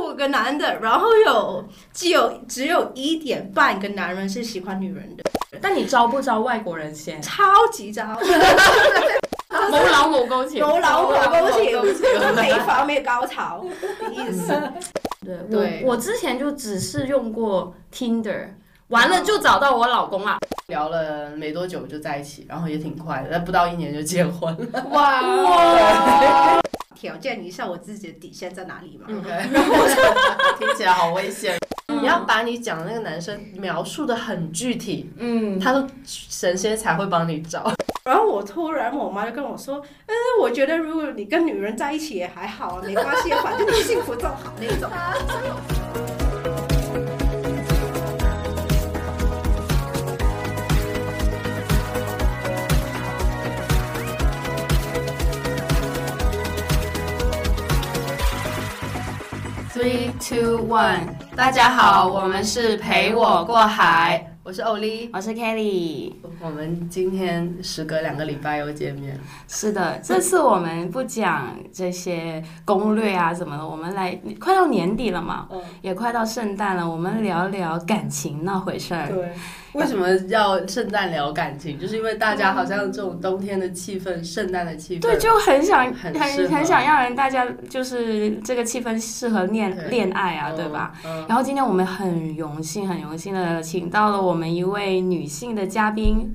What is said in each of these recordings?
五个男的，然后有只有只有一点半个男人是喜欢女人的，但你招不招外国人 先？超级渣，冇樓冇高潮，有老狗勾起，冇樓冇高就潮没房没高潮的意思。对对，我我之前就只是用过 Tinder，完了哦就找到我老公了。聊了没多久就在一起，然后也挺快的，但不到一年就结婚了。哇挑战一下我自己的底线在哪里嘛？嗯 听起来好危险。嗯你要把你讲的那个男生描述的很具体，嗯，他都神仙才会帮你找。然后我突然我妈就跟我说，嗯，我觉得如果你跟女人在一起也还好啊，没关系啊，反正你幸福就好那种。 ！Three two one，大家好，我们是陪我过海， 我是欧丽，我是 Kelly。我们今天时隔两个礼拜又见面，是的，这次我们不讲这些攻略啊什么的，我们来快到年底了嘛，嗯也快到圣诞了，我们聊聊感情那回事儿。对， 为什么要圣诞聊感情？就是因为大家好像这种冬天的气氛，圣诞的气氛，对，就很想很很适合很想让人大家就是这个气氛适合对恋恋爱啊，嗯对吧？？嗯，然后今天我们很荣幸、很荣幸的请到了我们一位女性的嘉宾，嗯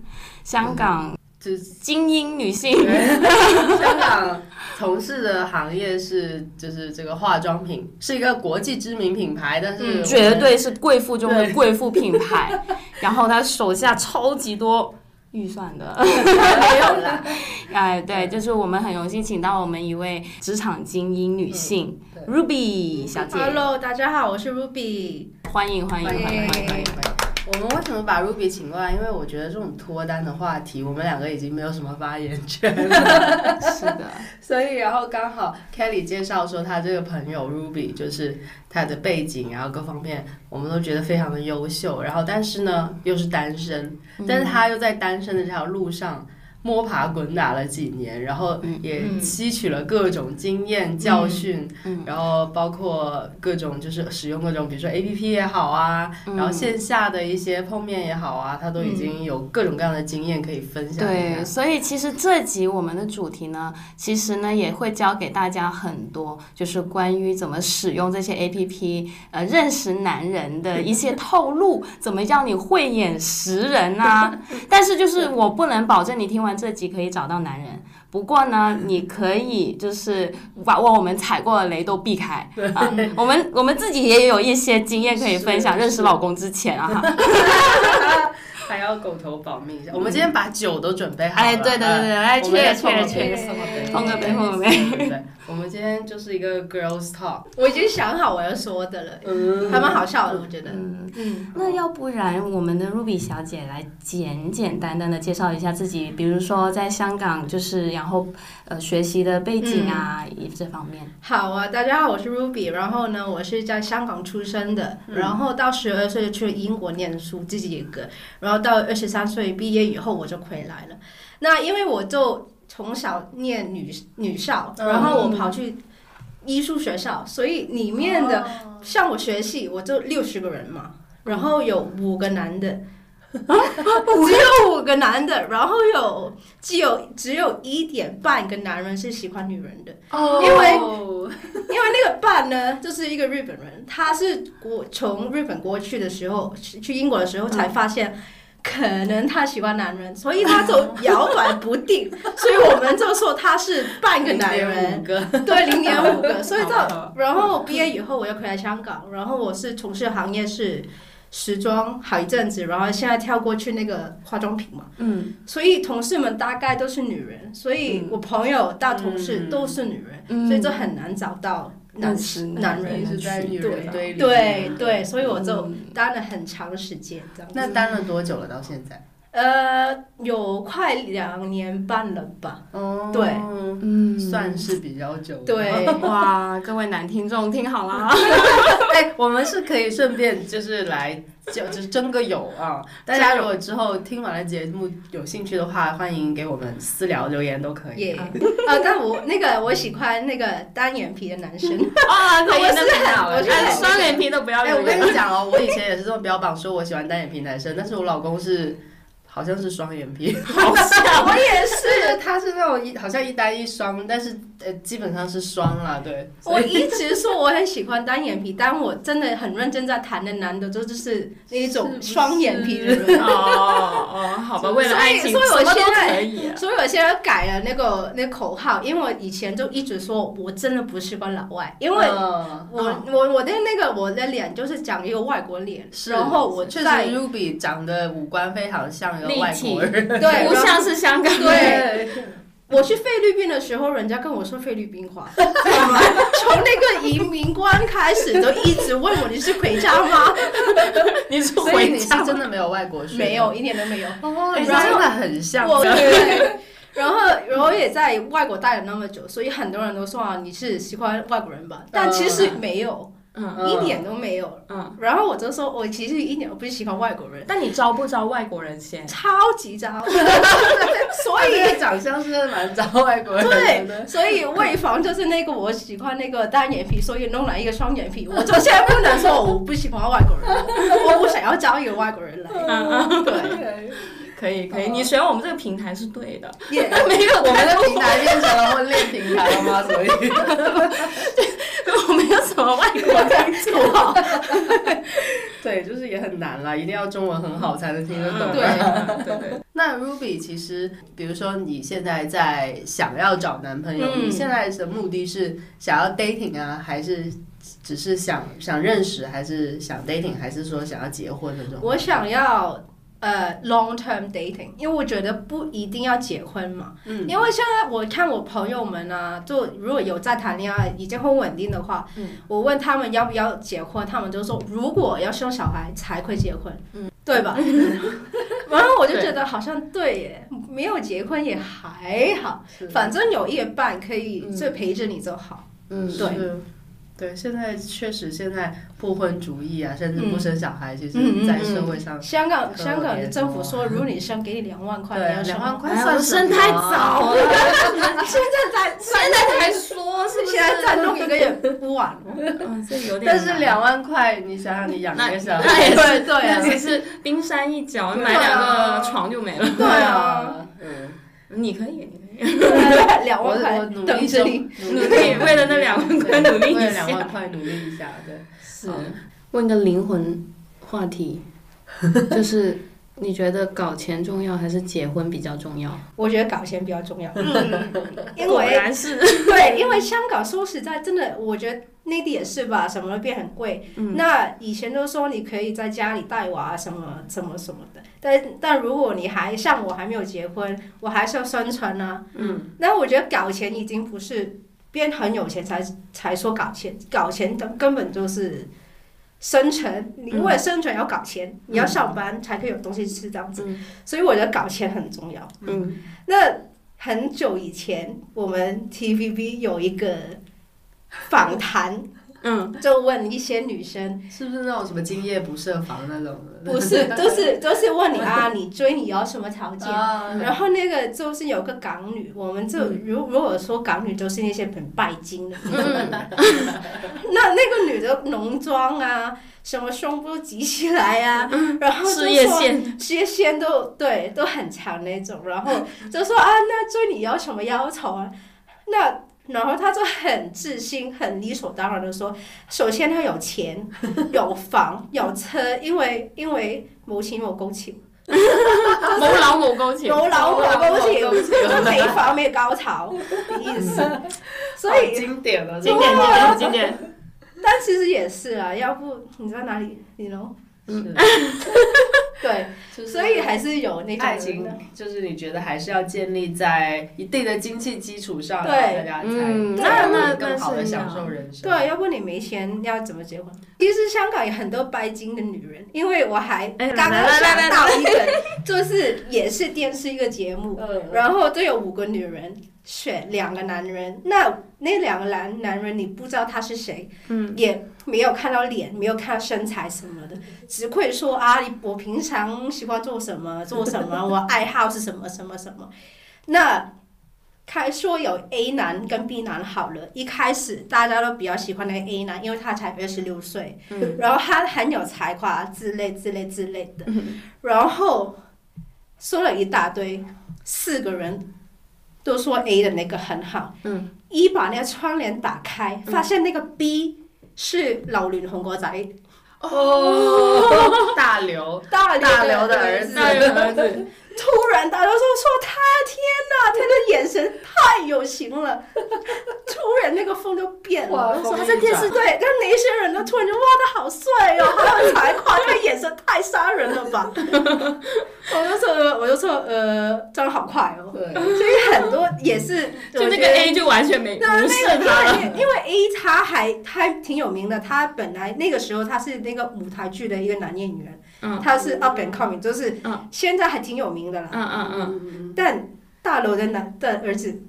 香港就是精英女性。对香港从事的行业是就是这个化妆品，是一个国际知名品牌，但是、嗯，绝对是贵妇中对的贵妇品 牌。然后她手下超级多预算的， 没有啦。哎，对，就是我们很荣幸请到我们一位职场精英嗯女性、Ruby 小姐， Hello，大家好，我是 Ruby。欢迎欢迎欢迎欢迎欢迎。我们为什么把 Ruby 请过来？因为我觉得这种脱单的话题，我们两个已经没有什么发言权了， 是的，所以然后刚好 Kelly 介绍说她这个朋友 Ruby 就是她的背景，然后各方面我们都觉得非常的优秀，然后但是呢又是单身，嗯但是她又在单身的这条路上。摸爬滚打了几年，然后也吸取了各种经验教训，嗯然后包括各种就是使用各种，比如说 A P P 也好啊，嗯然后线下的一些碰面也好啊，他都已经有各种各样的经验可以分享一 对，下。所以其实这集我们的主题呢，其实呢也会教给大家很多，就是关于怎么使用这些 A P P，呃，认识男人的一些套路， 怎么让你慧眼识人啊。但是就是我不能保证你听完这集可以找到男人。不过呢，你可以就是把握我们踩过的雷都避开啊。我们我们自己也有一些经验可以分享，是认识老公之前啊哈。 还要狗头保命一下。我们今天把酒都准备好了。嗯哎，对对对对，来，去我们也了去碰了个去杯了。碰个碰个杯，杯碰个杯对。对对我们今天就是一个 girls talk，我已经想好我要说的了，嗯还蛮好笑的，我觉得。嗯嗯，那要不然我们的 Ruby 小姐来简简单单的介绍一下自己，比如说在香港就是然后呃学习的背景啊，嗯以这方面。好啊，大家好，我是 Ruby，然后呢，我是在香港出生的，嗯然后到十二岁就去了英国念书，自己一个，然后到二十三岁毕业以后我就回来了。那因为我就从小念女女校，嗯然后我跑去艺术学校，所以里面哦的像我学系，我就六十个人嘛，然后有五个男 的，只有五个男的，然后有只有只有一点半个男人是喜欢女人的，哦因为为因为那 个伴呢就是一个日本人，他是国从日本过去的时候，去去英国的时候才发现。可能他喜欢男人，所以他就摇摆不定，所以我们就说他是半个男人五，个，对，零点五 个，所以好到然后毕业以后我又回来香港，然后我是从事行业是时装好一阵子，然后现在跳过去那个化妆品嘛，嗯所以同事们大概都是女人，所以我朋友到同事嗯都是女人，嗯所以就很难找到男认识男所以人。是在女人堆里。对。嗯对，所以我就单了很长时间这样子。那单了多久了？到现在？呃，有快两年半了吧？哦对嗯算是比较久。。 对，哇，各位男听众听好啊啦，哎，我们是可以顺便就是来就就是争个友 啊！大家如果之后听完了节目有兴趣的话，欢迎给我们私聊留言都可以。 啊也啊，但我那个我喜欢那个单眼皮的男生。啊，我可以，那是挺很好我觉得哎双眼皮都不要哎，我留跟言。你讲哦，我以前也是这么标榜说我喜欢单眼皮男生，但是我老公是好像是双眼皮， 好像 我也是是，他是那种一好像一单一双，但是呃基本上是双啦，对。 我所以一直说我很喜欢单眼皮，但我真的很认真在谈的男的，就就是那种双眼皮 嗯的人。哦哦，好吧，为了爱情，所以所以我什么都现在可以啊。所以我现在改了那个那口号，因为我以前就一直说我真的不是个老外，因为嗯我、我我的那个我的脸就是长一个外国脸，是然后我确实在 Ruby 长得五官非常像一个立外体国人，对不然后像是香港人，对，我去菲律宾的时候，人家跟我说菲律宾话， 从那个移民官开始都一直问我你是回家吗？你是所以回你是家吗真的没有外国血，没有，一点都没有。哦，你然后真的很像我对， 然后然后也在外国待了那么久，所以很多人都说啊你是喜欢外国人吧，但其实没有，嗯嗯一点都没有。嗯。然后我就说我其实一点都不喜欢外国人，但你招不招外国人先？超级渣，所他以这个长相是蛮招外国人的。对，所以为防就是那个我喜欢那个单眼皮，所以弄来一个双眼皮。我就现在不能说我不喜欢外国人，我不想要招一个外国人来。对，对，可以可以，哦你选我们这个平台是对的，也 没有我们的的平台变成了婚恋平台了吗？所以我没有什么外国人不好。对，就是也很难啦，一定要中文很好才能听得懂。啊对对对，那 Ruby 其实，比如说你现在在想要找男朋友，嗯你现在的目的是想要 dating 啊，还是只是想想认识，还是想 dating，还是说想要结婚那种？我想要呃 long term dating，因为我觉得不一定要结婚嘛。嗯因为现在我看我朋友们啊，就如果有在谈恋爱，已经很稳定的话，嗯我问他们要不要结婚，他们就说如果要生小孩才会结婚，嗯，对 吧？然后我就觉得好像对耶，没有结婚也还好，是反正有一半可以嗯就陪着你就好。嗯对是，对，现在确实现在不婚主义啊，甚至不生小孩，其嗯实嗯在社会上，香港特香港的别政府多说，如果你生，给你两万块，你要啊对，生两万块哎算我什么啊生太早了，现在在现在才说是不是？现在再弄一个也不晚 了。嗯，这有点但是难两万块，你想想你养一那个小那孩，也对是对啊那只是冰山一角，对啊买两个床就没了。对啊，嗯，你可以，你可以两我万块我努力等着中你。努力为了那 两万块努力一下为 了两万块努力一下，对，是问个灵魂话 题，就是你觉得搞钱重要还是结婚比较重要？我觉得搞钱比较重要，嗯嗯因果为然是， 对，因为香港说实在，真的，我觉得内地也是吧，什么都变很贵。嗯那以前都说你可以在家里带娃，啊什么什么什么的，但但如果你还像我还没有结婚，我还是要生存啊。嗯，那我觉得搞钱已经不是变很有钱才才说搞钱，搞钱根根本就是。生存，你嗯为了生存要搞钱，你要上班才可以有东西吃，这样子。嗯所以我觉得搞钱很重要。嗯那很久以前，我们 TVB 有一个访谈，嗯，就问一些女生，是不是那种什么今夜不设防那种的？不 是，都是都是问你啊，你追你有什么条件？啊，然后那个就是有个港女，我们就嗯如如果说港女就是那些很拜金的，嗯 那那个女的浓妆啊，什么胸部挤起来啊，然后就嗯事业说线，些线都对都很长那种，然后就说啊，那追你要什么要求啊？那然后他就很自信、很理所当然的说，首先要有 钱、有房、有车，因为因为冇钱冇工钱，某老某勾钱，有啊老冇工钱，冇老冇就工没房没高潮的意 思。所好以，经典了，经典经典 经典，但其实也是啊，要不你在哪里，你 know？典，对，是所以还是有那种爱人的情就是你觉得还是要建立在一定的经济基础上，对然后大家才嗯才那那能更好的那是享受人生。对，啊要不你没钱要怎么结婚？其实香港有很多拜金的女人，因为我还哎刚刚来来来想到一个，就是也是电视一个节目，嗯，然后就有五个女人选两个男人，那那两个男男人你不知道他是谁，嗯，也没有看到脸，没有看到身材什么的，只会说啊，我平常喜欢做什么做什么，我爱好是什么什么什么，那。开说有 A 男跟 B 男好了，一开始大家都比较喜欢那个 A 男，因为他才二十六岁，嗯然后他很有才华之类之类之类的，然后说了一大堆，四个人都说 A 的那个很好，嗯，一把那个窗帘打开，发现那个 B 是老年红国仔，哦，大刘，大大刘的儿子大人儿子，突然大家都说说他天哪，他的眼神太有型了， 突然那个风就变 哇了。风他在电视对，就是那些人都突然就哇，他好帅哦，好有才华，这个眼神太杀人了吧！我就说，呃我就说，呃，长得好快哦。对，嗯所以很多也是就那个 A 就完全没那无视那个他了。因为因为 A 他还他挺有名的，他本来那个时候他是那个舞台剧的一个男演员，嗯他是 up and coming，就是嗯现在还挺有名的啦。嗯嗯嗯，嗯，但大楼的男的儿子，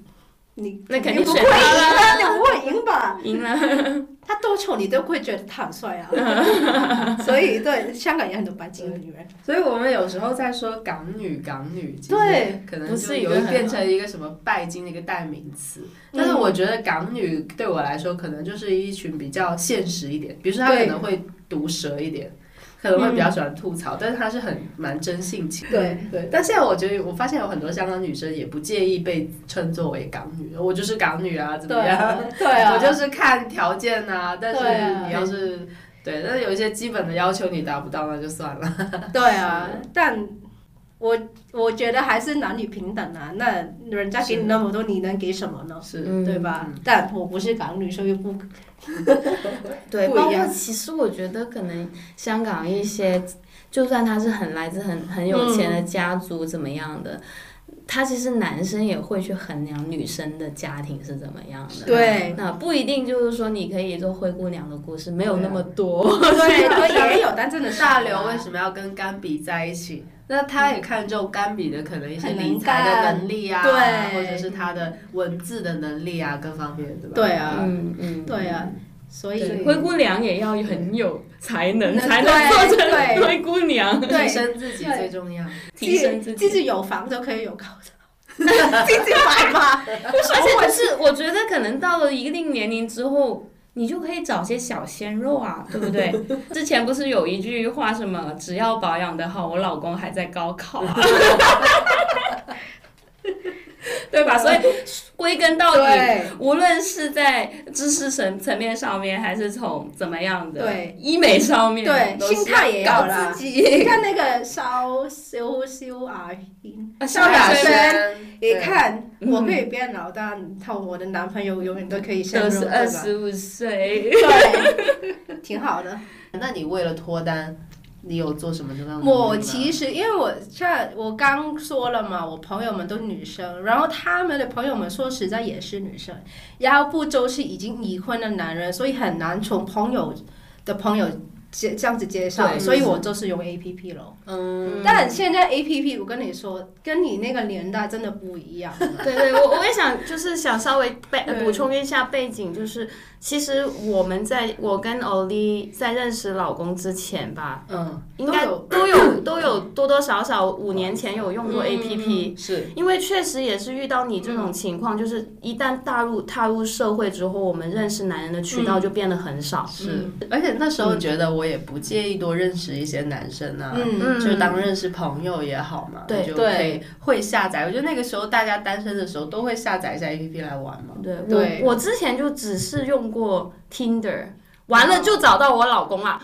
你那肯你定不会选赢他了，啊，你不会赢吧？赢了。他多丑你都会觉得他很帅啊。嗯 所以对香港也很多白金的女人，所以我们有时候在说港女，港女，其实对，可能不就是一有个很变成一个什么拜金的一个代名词。嗯但是我觉得港女对我来说，可能就是一群比较现实一点，比如说她可对能会毒舌一点，可能会比较喜欢吐槽，但是她是很蛮真性情。嗯对对，但现在我觉得，我发现有很多香港女生也不介意被称作为港女，我就是港女啊，怎么对啊 样？对啊，我就是看条件啊，但对啊是你要是对，但是有一些基本的要求你达不到，那就算了。对啊，但。我我觉得还是男女平等啊，那人家给你那么多，你能给什么呢？是，嗯对吧？嗯但我不是港女，所以不对，不一包括样其实我觉得可能香港一些，就算他是很来自很很有钱嗯的家族怎么样的，他其实男生也会去衡量女生的家庭是怎么样的。对那不一定就是说你可以做灰姑娘的故事，没有那么多。对，对也有，但真的是大刘为什么要跟甘比在一起？那他也看重甘比的可能一嗯些很能理财的干能力啊，对或者是他的文字的能力啊，各方面，对吧？对啊，嗯嗯，对啊，所以对灰姑娘也要很有才能，那才对能做成对灰姑娘，提 对升自己最重要。提升自己自。己有房就可以有高 潮，自己买吧。 而且就是我觉得可能到了一定年龄之后，你就可以找些小鲜肉啊，对不对？之前不是有一句话什么“只要保养得好，我老公还在高考、啊”， 对吧？所以归根到底。对无论是在知识层层面上面，还是从怎么样的对医美上面，对，都是啊心态也要搞啦 自。你己。看那个肖肖萧亚轩，啊萧亚轩哎你对看嗯我可以变老，但他我的男朋友永远都可以陷都入，是对二吧？十五岁，对，挺好的。那你为了脱单，你有做什么这样的努力吗？我其实因为我像我刚说了嘛，我朋友们都女生，然后他们的朋友们说实在也是女生，要不就是已经已婚的男人，所以很难从朋友的朋友介这样子介绍，对所以我就是用 A P P 咯。嗯，但现在 A P P 我跟你说，跟你那个年代真的不一样。对对，我我也想就是想稍微背呃对补充一下背景，就是其实我们在我跟欧丽在认识老公之前吧，嗯，应该都有都有都有多多少少五年前有用过嗯 APP。是因为确实也是遇到你这种情况，就是一旦踏入踏入社会之后，我们认识男人的渠道就变得很少。嗯是，而且那时候觉得我也不介意多认识一些男生啊，嗯，嗯，就当认识朋友也好嘛，对就可以会下载。我觉得那个时候大家单身的时候都会下载一下 APP 来玩 嘛。对对我我之前就只是用过 Tinder，完了就找到我老公 了，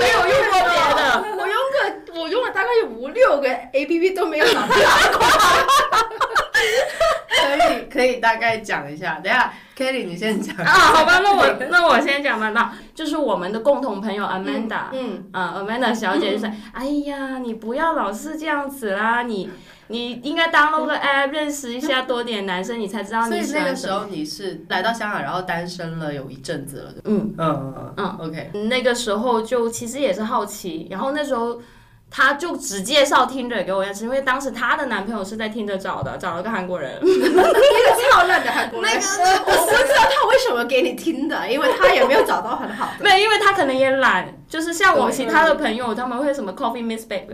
没有用过别的。我用个我用了大概有五六个 A P P 都没有拿 到。可以可以大概讲一下，等一下 Kelly 你先讲。 啊，好吧，那 我那我先讲吧。那就是我们的共同朋友 Amanda，、嗯，啊，Amanda 小姐就嗯说：“哎呀，你不要老是这样子啦，你你应该 download 个 app 认识一下多点男生，你才知道嗯所嗯你以喜那个欢时什么。候你是来到香港，然后单身了有一阵子了，”嗯，嗯嗯嗯，OK，那个时候就其实也是好奇，然后那时候。她就只介绍 Tinder 给我认识，因为当时她的男朋友是在 Tinder 找的，找了个韩国人。个超烂的韩国人。我不知道他为什么给你听的，因为他也没有找到很好的。 没有，因为他可能也懒，就是像我对其他的朋友，他们会什么 coffee miss bag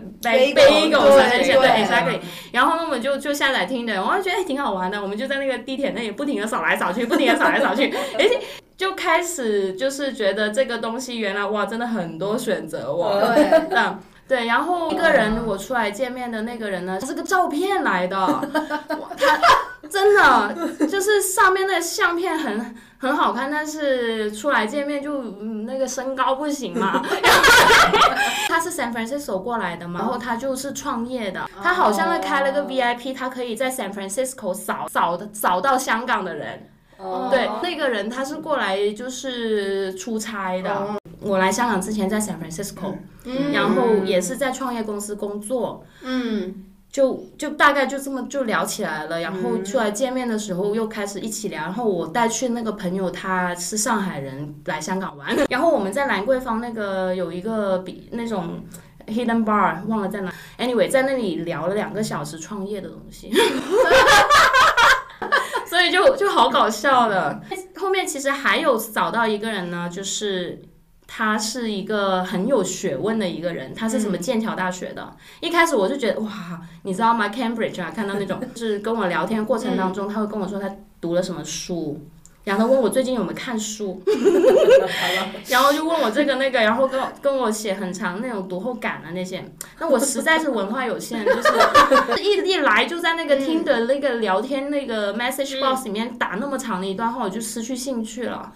Bagel，bag bagel 对才能选啊对对 exactly。然后呢，我们就就下载听的，我就觉得哎挺好玩的，我们就在那个地铁那里不停的扫来扫去，不停的扫来扫去，哎就开始就是觉得这个东西原来哇真的很多选择我。对，嗯， 对，然后一个人我出来见面的那个人呢，他是个照片来的，我他真的就是上面那相片很很好看，但是出来见面就、嗯、那个身高不行嘛。他是 San Francisco 过来的嘛，然后他就是创业的，他好像呢开了个 VIP，他可以在 San Francisco 扫扫扫到香港的人。对，那个人他是过来就是出差的。我来香港之前在 San Francisco，、然后也是在创业公司工作，嗯，就就大概就这么就聊起来了。然后出来见面的时候又开始一起聊。然后我带去那个朋友，他是上海人来香港玩， 然后我们在兰桂坊那个有一个比那种 hidden bar 忘了在哪，anyway 在那里聊了两个小时创业的东西。 所以就就好搞笑的。哎后面其实还有找到一个人呢，就是他是一个很有学问的一个人，他是什么剑桥大学的。一开始我就觉得哇，你知道吗？Cambridge 啊，看到那种就是跟我聊天过程当中，他会跟我说他读了什么书。然后问我最近有没有看书，然后就问我这个那个，然后跟我跟我写很长那种读后感啊那些。那我实在是文化有限，就是 一一来就在那个听的那个聊天那个 message box 里面打那么长的一段话，我就失去兴趣了，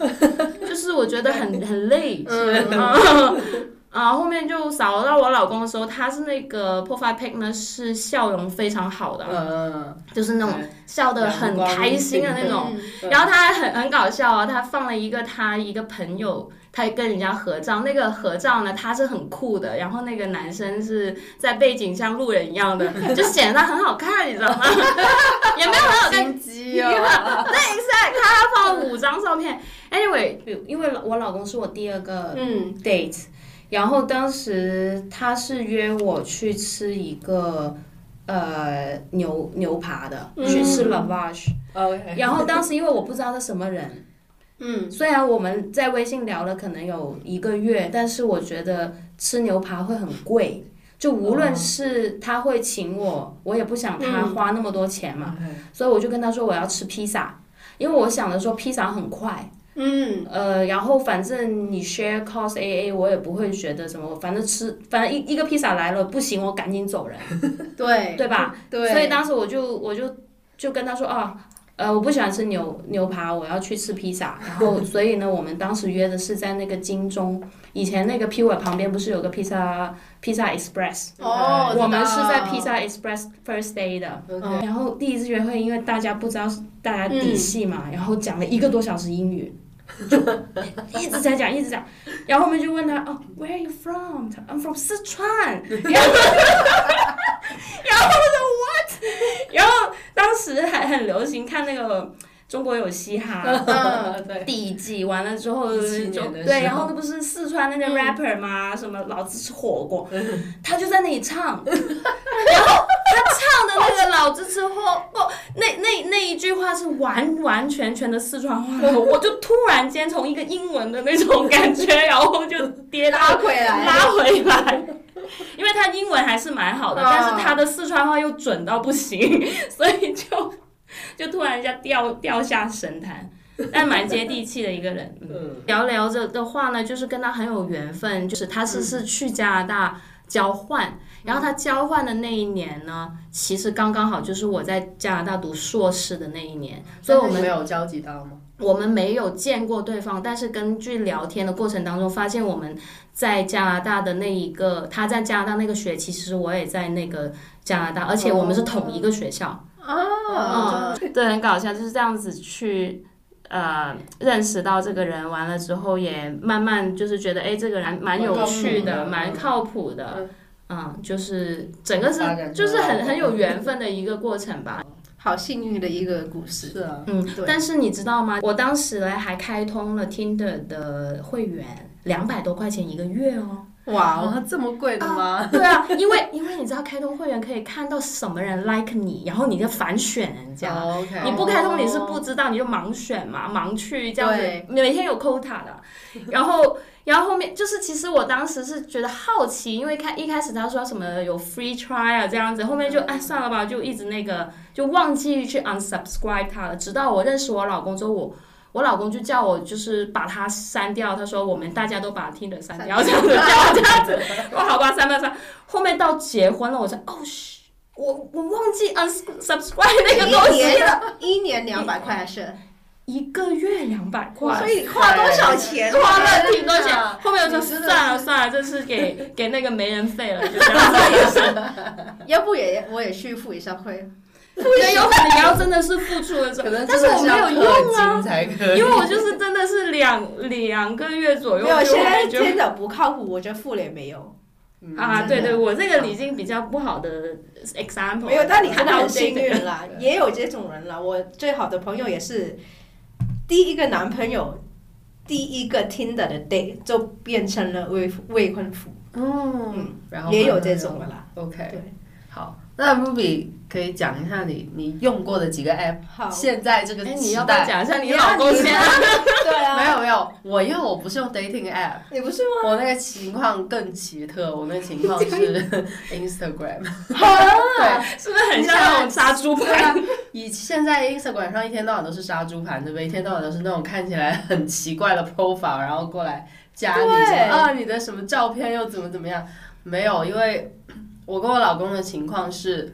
就是我觉得很很累。啊嗯 啊，后面就扫到我老公的时候，他是那个 profile pic 呢，是笑容非常好的，嗯，就是那种笑得很开心的那种。对然后他还很很搞笑啊，他放了一个他一个朋友，他跟人家合照，那个合照呢他是很酷的，然后那个男生是在背景像路人一样 的，就显得他很好看，你知道吗？也没有很好看，心机哦，他放了五张照片。Anyway，因为我老公是我第二个嗯 date，然后当时他是约我去吃一个呃牛牛扒的，去吃 lavage，、 OK，然后当时因为我不知道他什么人，嗯，虽然我们在微信聊了可能有一个月，但是我觉得吃牛扒会很贵。就无论是他会请我，我也不想他花那么多钱嗯嘛，所以我就跟他说我要吃披萨，因为我想着说披萨很快，嗯，呃，然后反正你 share cost AA，我也不会觉得什么，反正吃，反正一一个披萨来了不行，我赶紧走人，对对吧？对，所以当时我就我就就跟他说啊，呃，我不喜欢吃牛牛扒，我要去吃披萨。然后所以呢，我们当时约的是在那个金钟，以前那个 p u r 旁边不是有个披萨披萨 Express，哦，我们是在披萨 Express First Day 的。嗯嗯然后第一次约会，因为大家不知道大家底细嘛，然后讲了一个多小时英语，就一直在讲，一直讲。然后我们就问他，哦，Where are you from？他 I'm from 四川。然后，然后我说 What？然后当时还很流行看那个中国有嘻哈。对，第一季完了之后， 17年就的时候嗯对，然后那不是四川那个 rapper 吗？什么老子吃火锅，他就在那里唱，然后他唱的那个老子吃火锅，那那那一句话是完完全全的四川话，我就突然间从一个英文的那种感觉，然后就跌到拉回来，拉回来。因为他英文还是蛮好的，啊但是他的四川话又准到不行， 所以就就突然一下掉掉下神坛，但蛮接地气的一个人。嗯，聊聊着的话呢，就是跟他很有缘分，就是他是是去加拿大交换，然后他交换的那一年呢，其实刚刚好就是我在加拿大读硕士的那一年，所以我们没有交集到吗？我们没有见过对方，但是根据聊天的过程当中，发现我们在加拿大的那一个，他在加拿大那个学期，其实我也在那个加拿大，而且我们是同一个学校，啊，对，很搞笑，就是这样子去。呃，认识到这个人完了之后，也慢慢就是觉得，哎，这个人蛮有趣的，蛮蛮靠谱的，嗯，就是整个是嗯发展出来就是很很有缘分的一个过程吧。好幸运的一个故事。是啊，嗯对，但是你知道吗？我当时呢还开通了 Tinder 的会员，两百多块钱一个月哦。哇哦，啊，这么贵的吗？对啊，因为因为你知道开通会员可以看到什么人 like 你，然后你就反选人家。哦 OK，你不开通你是不知道，你就盲选嘛，盲去这样子对，每天有 quota 的。然后，然后后面就是，其实我当时是觉得好奇，因为开一开始他说什么有 free try 啊这样子，后面就哎算了吧，就一直那个就忘记去 unsubscribe 他了。直到我认识我老公之后，我我老公就叫我就是把他删掉，他说我们大家都把 Tinder 删掉，这样子，叫我这样子，我好吧，删吧删吧。后面到结婚了，我才哦嘘，我我忘记 unsubscribe 那个一东西了。年一年两百块还是？一个月两百块，所以花多少钱？花了挺多钱。后面我就你真算的了算了，这是给给那个没人费了，就这样子。要不也我也去付一下会。对，有可能你要真的是付出的时候可能，但真是的我是没要有用氪金啊，才可以，因为我就是真的是两两个月左右没有，就现在感觉。真的不靠谱，我觉得付了也没有。嗯啊，真对的对，我这个已经比较不好的 example，没有，但你真的很 outdated 幸运啦，对也有这种人啦。我最好的朋友也是，第一个男朋友，第一个 Tinder 的 date 就变成了未未婚夫，嗯，然后也有慢慢这地种的啦。 OK，对好，那 Ruby 可以讲一下你你用过的几个 app，好，现在这个哎，你时要不要代。讲一下你老公现在？对 没啊，有没有，我因为我不是用 dating app，你不是吗？我那个情况更奇特，我那个情 况是 Instagram。是不是很像那种杀猪对啊盘？，以现在 Instagram 上一天到晚都是杀猪盘，对不对？一天到晚都是那种看起来很奇怪的 profile，然后过来加你对什么啊，你的什么照片又怎么怎么样？没有，因为我跟我老公的情况是，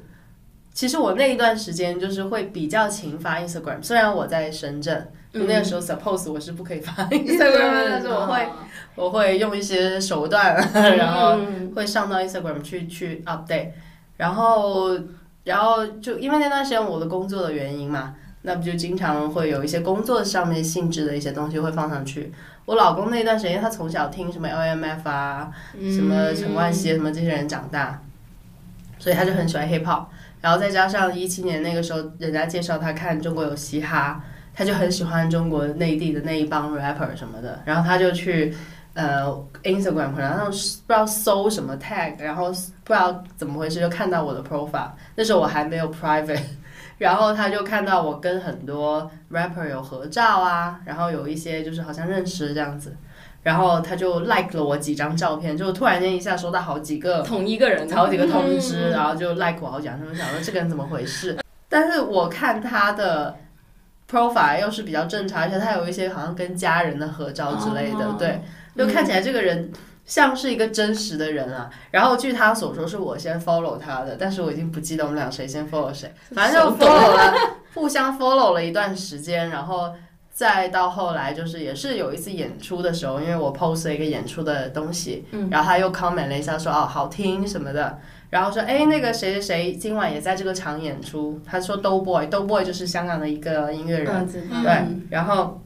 其实我那一段时间就是会比较勤发 Instagram，虽然我在深圳，嗯啊那个时候 suppose 我是不可以 发 Instagram，的、但是我会我会用一些手段， 啊然后嗯会上到 Instagram 去去 update，然后然后就因为那段时间我的工作的原因嘛，那不就经常会有一些工作上面性质的一些东西会放上去。我老公那段时间他从小听什么 LMF 啊，什么陈冠希什么这些人长大，所以他就很喜欢 hip hop，然后再加上一七年那个时候人家介绍他看中国有嘻哈，他就很喜欢中国内地的那一帮 rapper 什么的，然后他就去呃 Instagram 可能上不知道搜什么 tag，然后不知道怎么回事就看到我的 profile，那时候我还没有 private。然 后他就看到我跟很多 rapper 有合照啊，然后有一些就是好像认识这样子，然后他就 like 了我几张照片，就突然间一下收到好几个同一个人，好几个通嗯知，然后就 like 我好讲，他们想说这个人怎么回事？但是我看他的 profile 又是比较正常，而且他有一些好像跟家人的合照之类的，哦对，就看起来这个人像是一个真实的人啊。然后据他所说，是我先 follow 他的，但是我已经不记得我们俩谁先 follow 谁，反正就 follow 了，互相 follow 了一段时间，然后。再到后来，就是也是有一次演出的时候，因为我 post 了一个演出的东西，嗯然后他又 comment 了一下说哦好听什么的，然后说哎那个谁谁谁今晚也在这个场演出，他说 Do Boy，Do Boy 就是香港的一个音乐人，嗯知道对，然后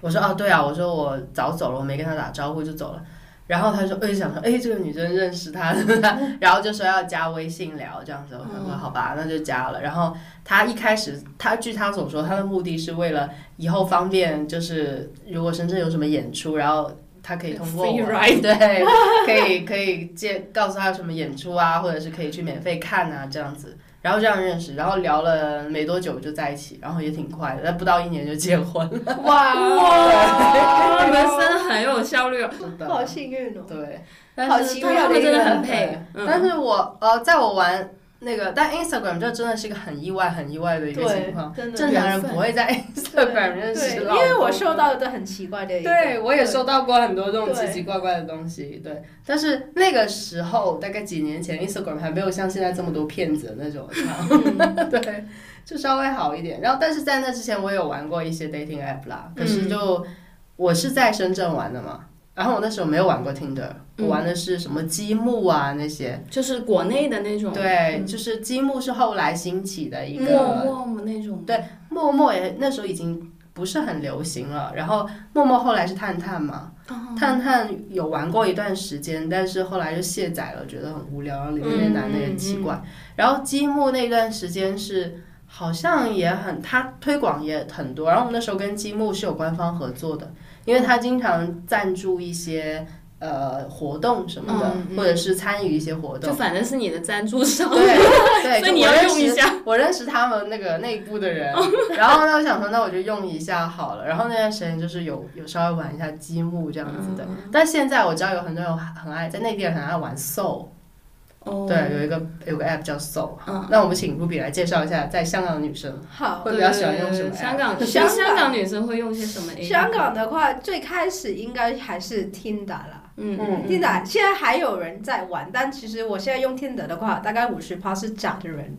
我说哦，对啊，我说我早走了，我没跟他打招呼就走了。然后他说，哎，想说，哎，这个女生认识他， 然后就说要加微信聊这样子。我想嗯说，好吧，那就加了。然后他一开始，他据他所说，他的目的是为了以后方便，就是如果深圳有什么演出，然后他可以通 过我 Free ride 对， 可以可以介告诉他有什么演出啊，或者是可以去免费看啊这样子。然后这样认识，然后聊了没多久就在一起，然后也挺快的，但不到一年就结婚了。哇哇，哦你们真的很有效率哦。是 好的，幸运哦！对，但好是奇对妙他们真的很对配，嗯但是我呃，在我玩那个，但 Instagram 这真的是一个很意外、很意外的一个情对况，，真的正常人不 会在 Instagram 认对，识因老公为我收到的都很奇怪的一个，对，我也收到过很多这种对奇奇怪怪的东西。对，但是那个时候大概几年前，Instagram 还没有像现在这么多骗子的那种account，对，就稍微好一点。然后，但是在那之前，我有玩过一些 dating app 啦，可是就、我是在深圳玩的嘛，然后我那时候没有玩过 Tinder，我玩的是什么积木啊那些。就是国内的那种对，就是积木是后来兴起的一个陌陌嘛那种，对陌陌也那时候已经不是很流行了，然后陌陌后来是探探嘛，哦探探有玩过一段时间，但是后来就卸嗯载了，觉得很无聊，然后里面那男的也很奇怪。然后积木那段时间是好像也很，他推广也很多。然后我们那时候跟积木是有官方合作的，因为他经常赞助一些呃活动什么的，嗯或者是参与一些活就 动。反正是你的赞助商，对对，所就以你我要认用一识下。 我认识他们那个内部的人，然后呢，我想说，那我就用一下好了。然后那段时间就是有有稍微玩一下积木这样子的，但现在我知道有很多人很爱在内地人很爱玩 Soul，、哦对，有一个有个 app 叫 Soul，、嗯那我们请 Ruby 来介绍一下在香港的女生，好，会比较喜欢用什么对 app？香港哦香香港香港女生会用些什么 A？香港的话，最开始应该还是 Tinder 啦嗯嗯，Tinder 现在还有人在玩，但其实我现在用 Tinder 的话，大概五十趴是假的人，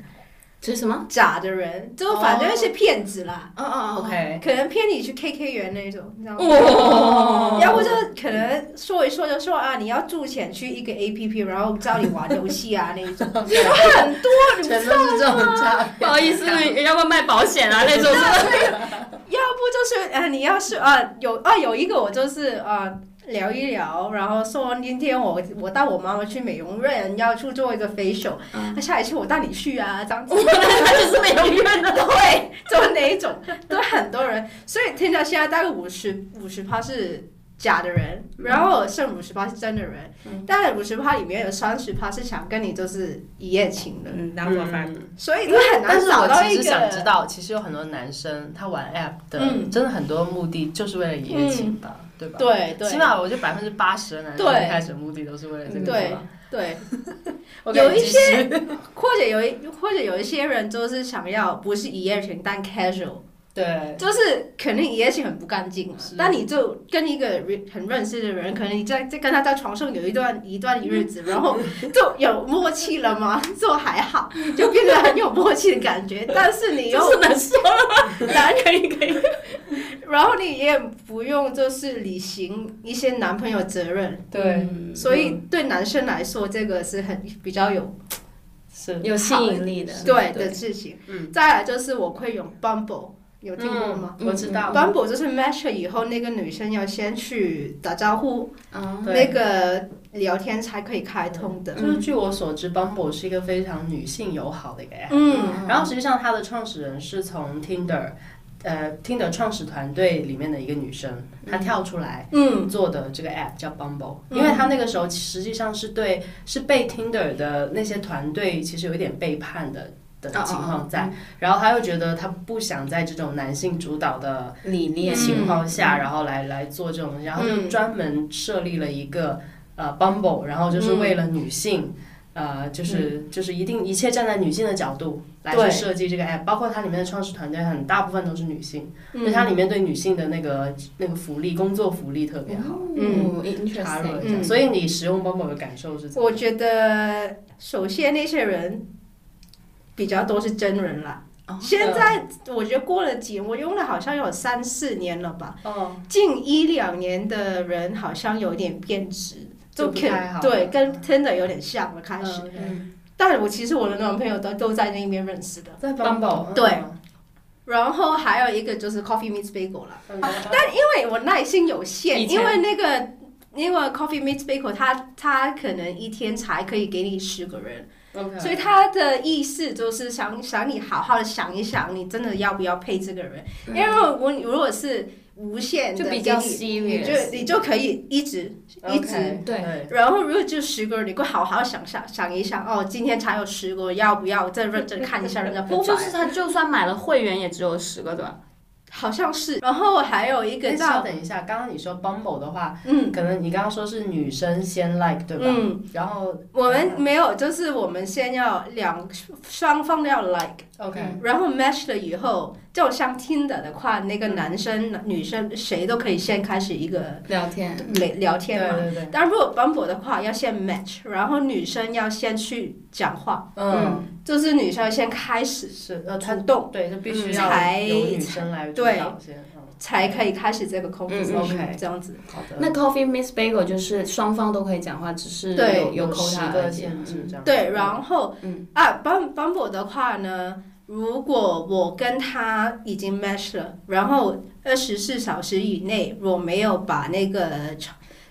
这是什么？假的人，就反正是骗子啦，哦嗯哦哦 OK，可能骗你去 KK 园那种，你知道吗？哦，要不就可能说一说就说啊，你要注钱去一个 A P P，然后教你玩游戏啊那一 种，很多。全都是这种差别。不好意思，要不要卖保险啊那种？要不就是呃，你要是啊有啊有一个我就是啊聊一聊，然后说今天我我带我妈妈去美容院要去做一个 facial，嗯那下一次我带你去啊这样 子。 他就是美容院的。对，就那一种，都很多人，所以听到现在大概五十五十趴是假的人，嗯然后剩五十趴是真的人，但五十趴里面有三十趴是想跟你就是一夜情的，嗯，当嗯做饭。所以你很难但是找我到其一实个。想知道，其实有很多男生他玩 app 的，嗯真的很多目的就是为了一夜情吧，对吧？对起对码我觉得百分之八十的男生对一开始目的都是为了这个，对是吧对， OK，有一继续些或者有一或者有一些人就是想要不是一夜情，但 casual，对就是肯定一夜情很不干净嘛嗯是。但你就跟一个人很认识的人，可能你在在跟他在床上有一段一段日 子，然后就有默契了嘛，就还好，就变得很有默契的感觉。但是你又 就是难受了吗？难可以可以。然后你也不用就是履行一些男朋友责任，嗯对，所以对男生来说，这个是很比较有是有吸引力的，对的事情。嗯再来就是我会用 Bumble，有听过吗？嗯我知道， Bumble 就是 match 了以后，那个女生要先去打招呼，啊，对嗯那个聊天才可以开通的。就是据我所知，Bumble 是一个非常女性友好的一个 app，、嗯，然后实际上它的创始人是从 Tinder，呃，Tinder 创始团队里面的一个女生，她跳出来。嗯做的这个 app 叫 Bumble，嗯因为他那个时候实际上是对是被 Tinder 的那些团队其实有一点背叛的的哦哦情况在，然后他又觉得他不想在这种男性主导的理念情况下，嗯然后来来做这种东西，然后就专门设立了一个呃 Bumble，然后就是为了女性。嗯呃，就是就是一定一切站在女性的角度来去对设计这个 app，包括它里面的创始团队很大部分都是女性，所以嗯它里面对女性的那个那个福利、工作福利特别好。嗯插入，interesting，一下。嗯所以你使用 Bumble 的感受是怎么我样？觉得首先那些人比较多是真人啦。哦现在我觉得过了几，我用了好像有三四年了吧，哦，近一两年的人好像有点变质，就不可太好对，了跟 Tinder 有点像了开始。嗯，但我其实我的男朋友都都在那边认识的。在 Bumble， Bumble 对，然后还有一个就是 Coffee Meets Bagel 啦，嗯但因为我耐心有以限，前因为那个因为 Coffee Meets Bagel 它它可能一天才可以给你十个人， OK，所以它的意思就是想想你好好的想一想，你真的要不要配这个人？因为我如果是无限的就给比较你，你就 serious，你就可以一直一直。 OK，对然后如果就十个人，你会好好想想想一想，哦，今天才有十个，要不要再认真看一下人家不就是他就算买了会员也只有十个，对吧？好像是，然后还有一个哎叫稍等一下，刚刚你说 Bumble 的话，嗯可能你刚刚说是女生先 like 对吧？嗯，然后我们没有，就是我们先要两双方都要 like， OK，然后 match 了以后，就像 Tinder 的话，那个男生、女生谁都可以先开始一个聊天聊聊对天嘛。对对，但如果 Bumble 的话，要先 match，然后女生要先去讲话，嗯，就是女生要先开始是呃，他主动，对，就必须嗯要才由女生来主导先。嗯才可以开始这个 OK conversation，这样子。好的，那 Coffee Miss Bagel 就是双方都可以讲话，只是对有有扣十他个而已。限制这样。嗯对，然后、嗯啊，Bum Bumble 的话呢，如果我跟他已经 match 了，然后二十四小时以内我没有把那个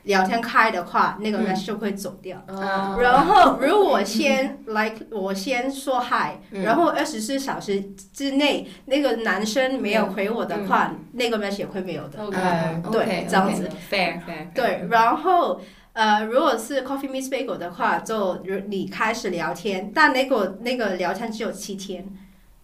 聊天开的话，那个 match 就会走掉。嗯嗯哦然 后如果先 like 我先说 hi，、然嗯后二十四小时之内那个男生没有嗯回我的话，那个 match 也会没有的。 OK，嗯哎对这样子 fair fair，对，然后呃，如果是 coffee miss bagel 的话，就如你开始聊天，但那个那个聊天只有七天。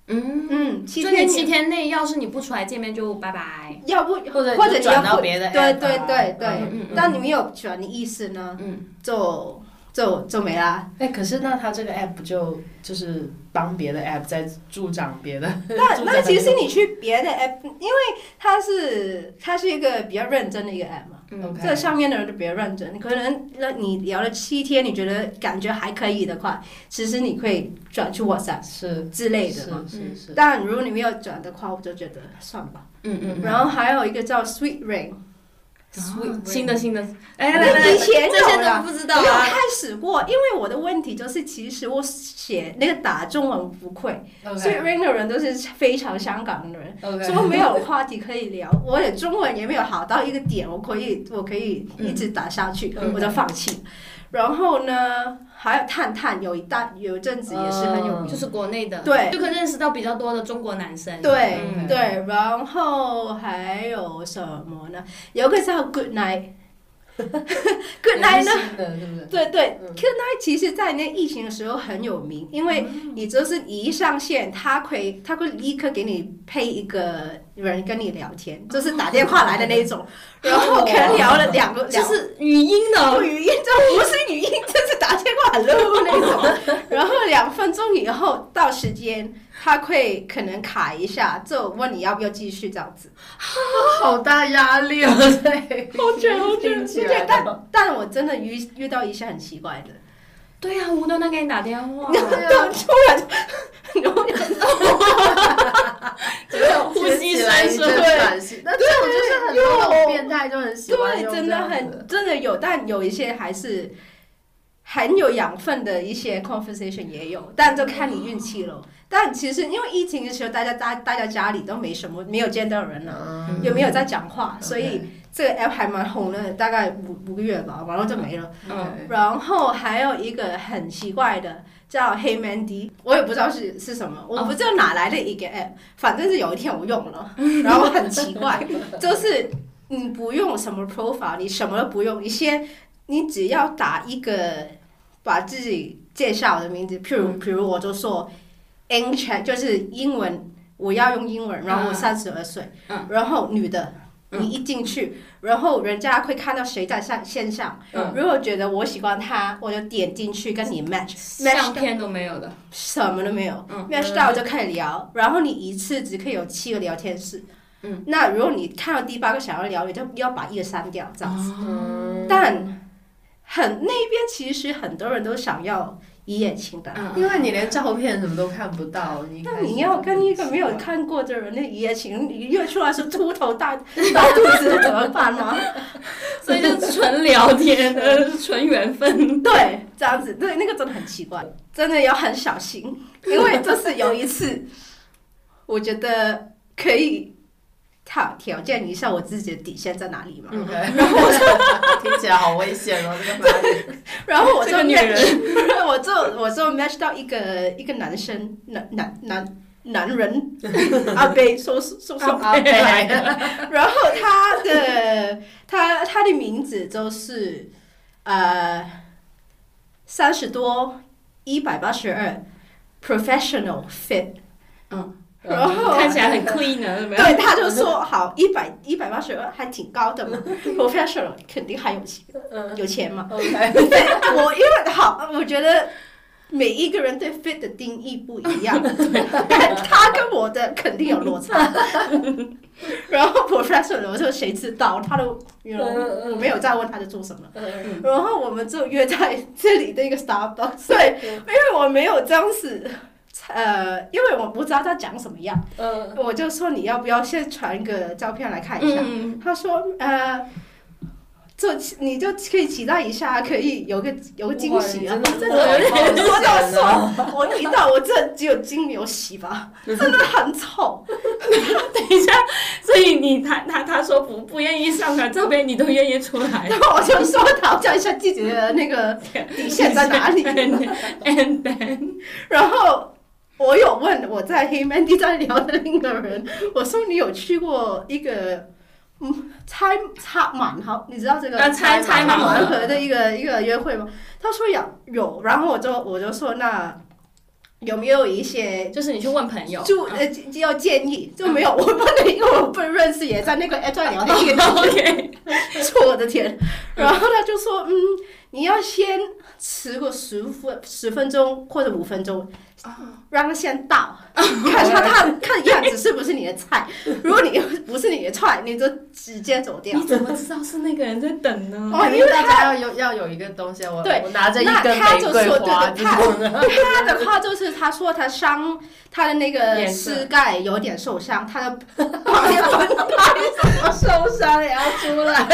嗯，嗯，七就那天七你天内，要是你不出来见面，就拜拜。要不或者嗯或者你你就转要到不别的 app 对啊对对对，嗯嗯嗯但你没有转的意思呢，嗯就就就没啦。哎，可是那他这个 app 不就就是帮别的 app 在助长别的？那 助长那其别实你去别的 app，因为它是它是一个比较认真的一个 app 嘛。的 OK 这上面的人就比较认真，可能那你聊了七天，你觉得感觉还可以的话，其实你可以转去 WhatsApp 是之类的嘛。嗯是是是，但如果你没有转的话，我就觉得算吧。嗯嗯然后还有一个叫 Sweet Rain， ，sweet，新的新的，哎我来来来，以前这些有都啦不知道没有啊。开始过，因为我的问题就是，其实我写那个打中文不会，所以 OK Rain 的人都是非常香港的人。 OK，说没有话题可以聊，我也中文也没有好到一个点，我可以我可以嗯一直打下去，我就放弃。然后呢，还有探探，有一大有一阵子也是很有名。就是国内的，嗯对就可以认识到比较多的中国男生。对、嗯对，然后还有什么呢？有个叫 Good Night，Good 来 Night 呢？的是不是？对对嗯，Good Night 其实，在那疫情的时候很有名，因为嗯你就是一上线，他会他会立刻给你配一个人跟你聊天，就是哦打电话来的那一 种，然后可能聊了两个，就两是语音不的，语音，这不是语音，这是打电话喽那种。然后两分钟以后到时间，他会可能卡一下，就问你要不要继续这样子。好大压力啊！对，好卷哦好卷对对，但但我真的遇遇到一些很奇怪的，对啊呀，无端端给你打 电话，就突然，然后呼吸声来一是阵会。喘息。那这种就是很多那种变态就很喜欢对，用真这的样子很真的有，但有一些还是很有养分的一些 conversation 也有，但就看你运气咯。但其实因为疫情的时候，大家大大家家里都没什么，没有见到人了、啊嗯也没有在讲话，所以这个 app 还蛮红的，大概五五个月吧，然后就没了。嗯，然后还有一个很奇怪的叫黑 Mandy，我也不知道是是什哦么，我不知道哪来的一个 app，反正是有一天我用 了，然后很奇怪，就是你不用什么 profile，你什么都不用，你先你只要打一个把自己介绍的名字，譬嗯如譬如我就说 a n c h a 就是英文，我要用英文，然后我嗯三十二岁，嗯然后女的。你一进去，然后人家会看到谁在上线上，嗯如果觉得我喜欢他，我就点进去跟你 match，相片都没有的，什么都没有、嗯 match 到就开始聊，然后你一次只可以有七个聊天室。嗯，那如果你看到第八个想要聊，你就要把一个删掉这样子。哦嗯但很那边其实很多人都想要一夜情的，嗯，因为你连照片什么都看不到，你那开始你要跟一个没有看过的人的一夜情，你约出来是秃头大大肚子怎么办吗？所以就是纯聊天的，纯缘分。对，这样子，对，那个真的很奇怪，真的要很小心，因为就是有一次， 我觉得可以挑挑战一下我自己的底线在哪里嘛。嗯 OK，然 后听起来好危险哦，这个发 言然后我就这个女 match，我就我就 match 到一个一个男生，男男男男 人阿贝，说说说，阿贝来的， 然后他的他他的名字就是呃三十多一百八十二 professional fit，嗯，然后看起来很 clean 啊呢，有没有？对他就说好一百一百八十二还挺高的嘛，professional 肯定还有钱嗯。有钱嘛 OK， 对，我因为好，我觉得。每一个人对 fit 的定义不一 样，但他跟我的肯定有落差。然后 professional 我说谁知道，他都原嗯来我没有再问他在做什么。然后我们就约在这里的一个 Starbucks，对，因为我没有这样子，呃，因为我不知道他讲什么样，嗯我就说你要不要先传个照片来看一下。嗯，他说呃，做你就可以期待一下，可以有个有个惊喜啊！哇你真的我有点很冒说险啊到爽，我遇到我这只有金牛喜吧，真的很丑。等一下，所以你他他他说不不愿意上传照片，你都愿意出哎来然后我就说调整一下自己的那个底线在 哪里。 ？And then，然后我有问我在黑 Mandy 在聊的另一个人，我说你有去过一个嗯猜插满好，你知道这个啊猜猜猜满满盲盒盒的一个一个约会吗？他说有有，然后我就我就说那有没有一些就是你去问朋友，嗯就呃就要建议就没有，我不能因为我不认识，也在那个 app 上聊到一个 OK， 错，我的天！然后他就说，嗯，你要先迟个十分十分钟或者五分钟，让他先到，看他他看样子是不是你的菜。如果你不是你的菜，你就直接走掉你。怎么知道是那个人在等呢？哦，因为大家要有要有一个东西，我对我拿着一那根他玫就瑰说花，对对这种他的话就是他说他伤他的那个颜色膝盖有点受伤，他的 旁边分我受伤也要出来，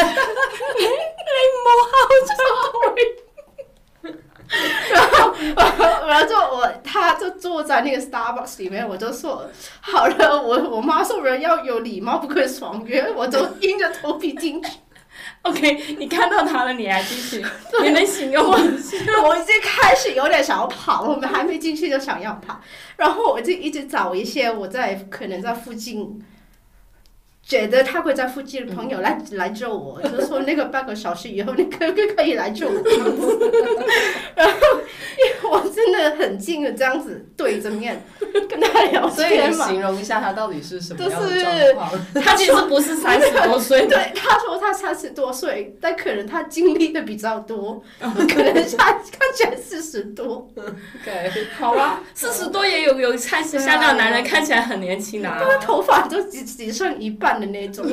然后就我，他就坐在那个 Starbucks 里面，我就说好了，我我妈说人要有礼貌，不可以爽约，我就硬着头皮进去。 OK，你看到他了，你还进去，你能形容一下？我已经开始有点想要跑，我们还没进去就想要跑，然后我就一直找一些我在可能在附近。觉得他会在附近的朋友来、嗯来救我，就说那个半个小时以后，你可不可以来救我？然后，因为我真的很近的这样子对着面跟他聊所以天你嘛，形容一下他到底是什么样就是的状况？他其实不是三十多岁的， 对，他说他三十多岁，但可能他经历的比较多，嗯可能他看起来四十多。 对，好吧，四十多也有有看起香港男人看起来很年轻的、啊。他头发都只只剩一半的那种。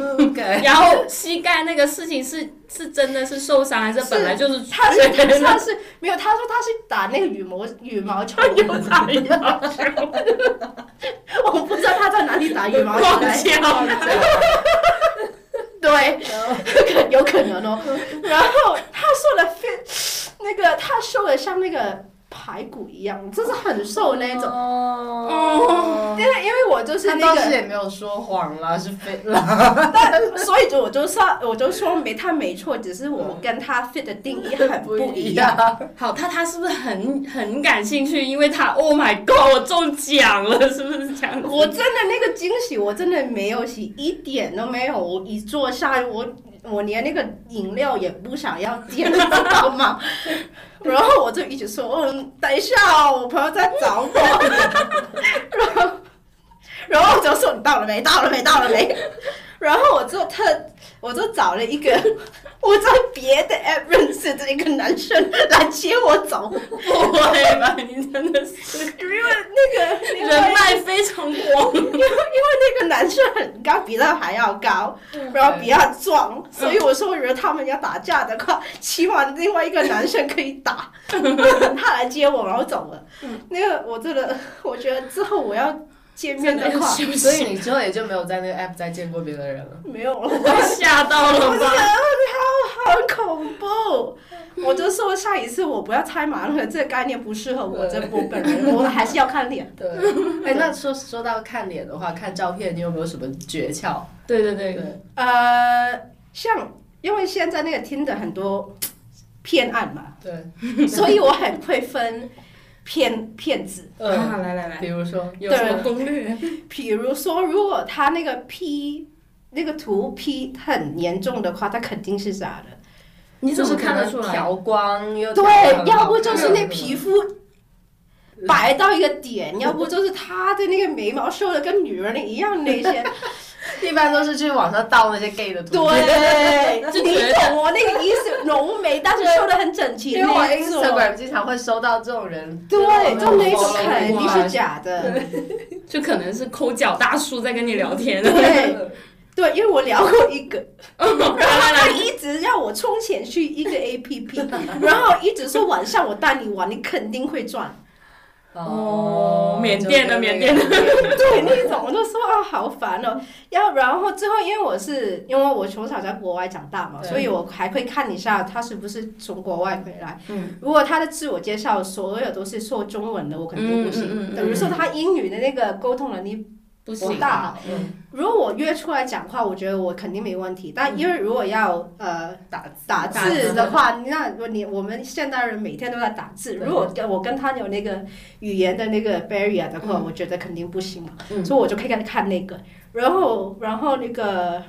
OK，然后膝盖那个事情是是真的是受伤还是本来就是 他是觉得他是没有，他说他是打那个羽毛羽毛球，打羽毛球，我不知道他在哪里打羽毛球 忘来。记了。 对，可有可能哦。 然后他瘦的非那个他瘦的像那个排骨一样，就是很瘦那种。哦因为因为我就是 他那当个时也没有说谎啦，是非啦，但所以就我就说，我就说没他没错，只是我跟他 fit 的定义很不一样。样。好，他他是不是很很感兴趣？因为他 Oh my God，我中奖了，是不是这样 子？我真的那个惊喜，我真的没有喜，一点都没有。我一坐下来，我我连那个饮料也不想要点，知道吗？ 然后我就一直说，嗯，等一下、哦，我朋友在找我。 然后，然后我就说你到了没？到了没？到了没？ 然后我就特，我就找了一个 我在别的 app 认识的一个男生来接我 走，不会吧？你真的是因为那个那个人脉非常广。那个男生很高，比他还要高，然后比他壮，所以我说，如果他们要打架的话，起码另外一个男生可以 打，他来接我，然后走了。那个我真的，我觉得之后我要见面的 话，所以你之后也就没有在那个 app 再见过别的人了。没有了。 我吓到了吧？哦好好恐怖！哦我就说下一次我不要猜盲盒，这个概念不适合我，这我本人我还是要看脸。对， 哎，那说说到看脸的话，看照片，你有没有什么诀窍？对对对，对，呃，像因为现在那个听的很多偏暗嘛，对，所以我很会分骗骗子。嗯，啊来来来，比如说，有什么攻略？比如说，如果他那个 P 那个图 P 很严重的话，他肯定是假的。你就怎是么可看能得出来？调光又对，要不就是那皮肤，肤白到一个 点，要不就是他的那个眉毛修的跟女人的一样那 些。 一般都是去网上盗那些 gay 的图。对，就你觉得懂我那个意思，浓眉但是修的很整齐因为我那一种。 Instagram 经常会收到这种人，对，就那种我肯定是我假的。就可能是抠脚大叔在跟你聊天。对，对，因为我聊过一 个，哦然后来来他来一直让我充钱去 一个 A P P，然后一直说晚上我带你玩，你肯定会赚。哦缅甸的缅甸的的，对那种，我就说啊，好烦哦。要然后最后，因为我是因为我从小在国外长大嘛，对所以我还会看一下他是不是从国外回来。嗯，如果他的自我介绍所有都是说中文的，我肯定不行。嗯嗯嗯嗯等于说他英语的那个沟通能力，不我行，大嗯如果我约出来讲话，我觉得我肯定没问题。嗯但因为如果要呃打字打打字字的话，那如果你我们现代人每天都在打字，对如果跟我跟他有那个语言的那个 barrier 的话，嗯我觉得肯定不行嘛，嗯所以我就可以看那个，然后然后那个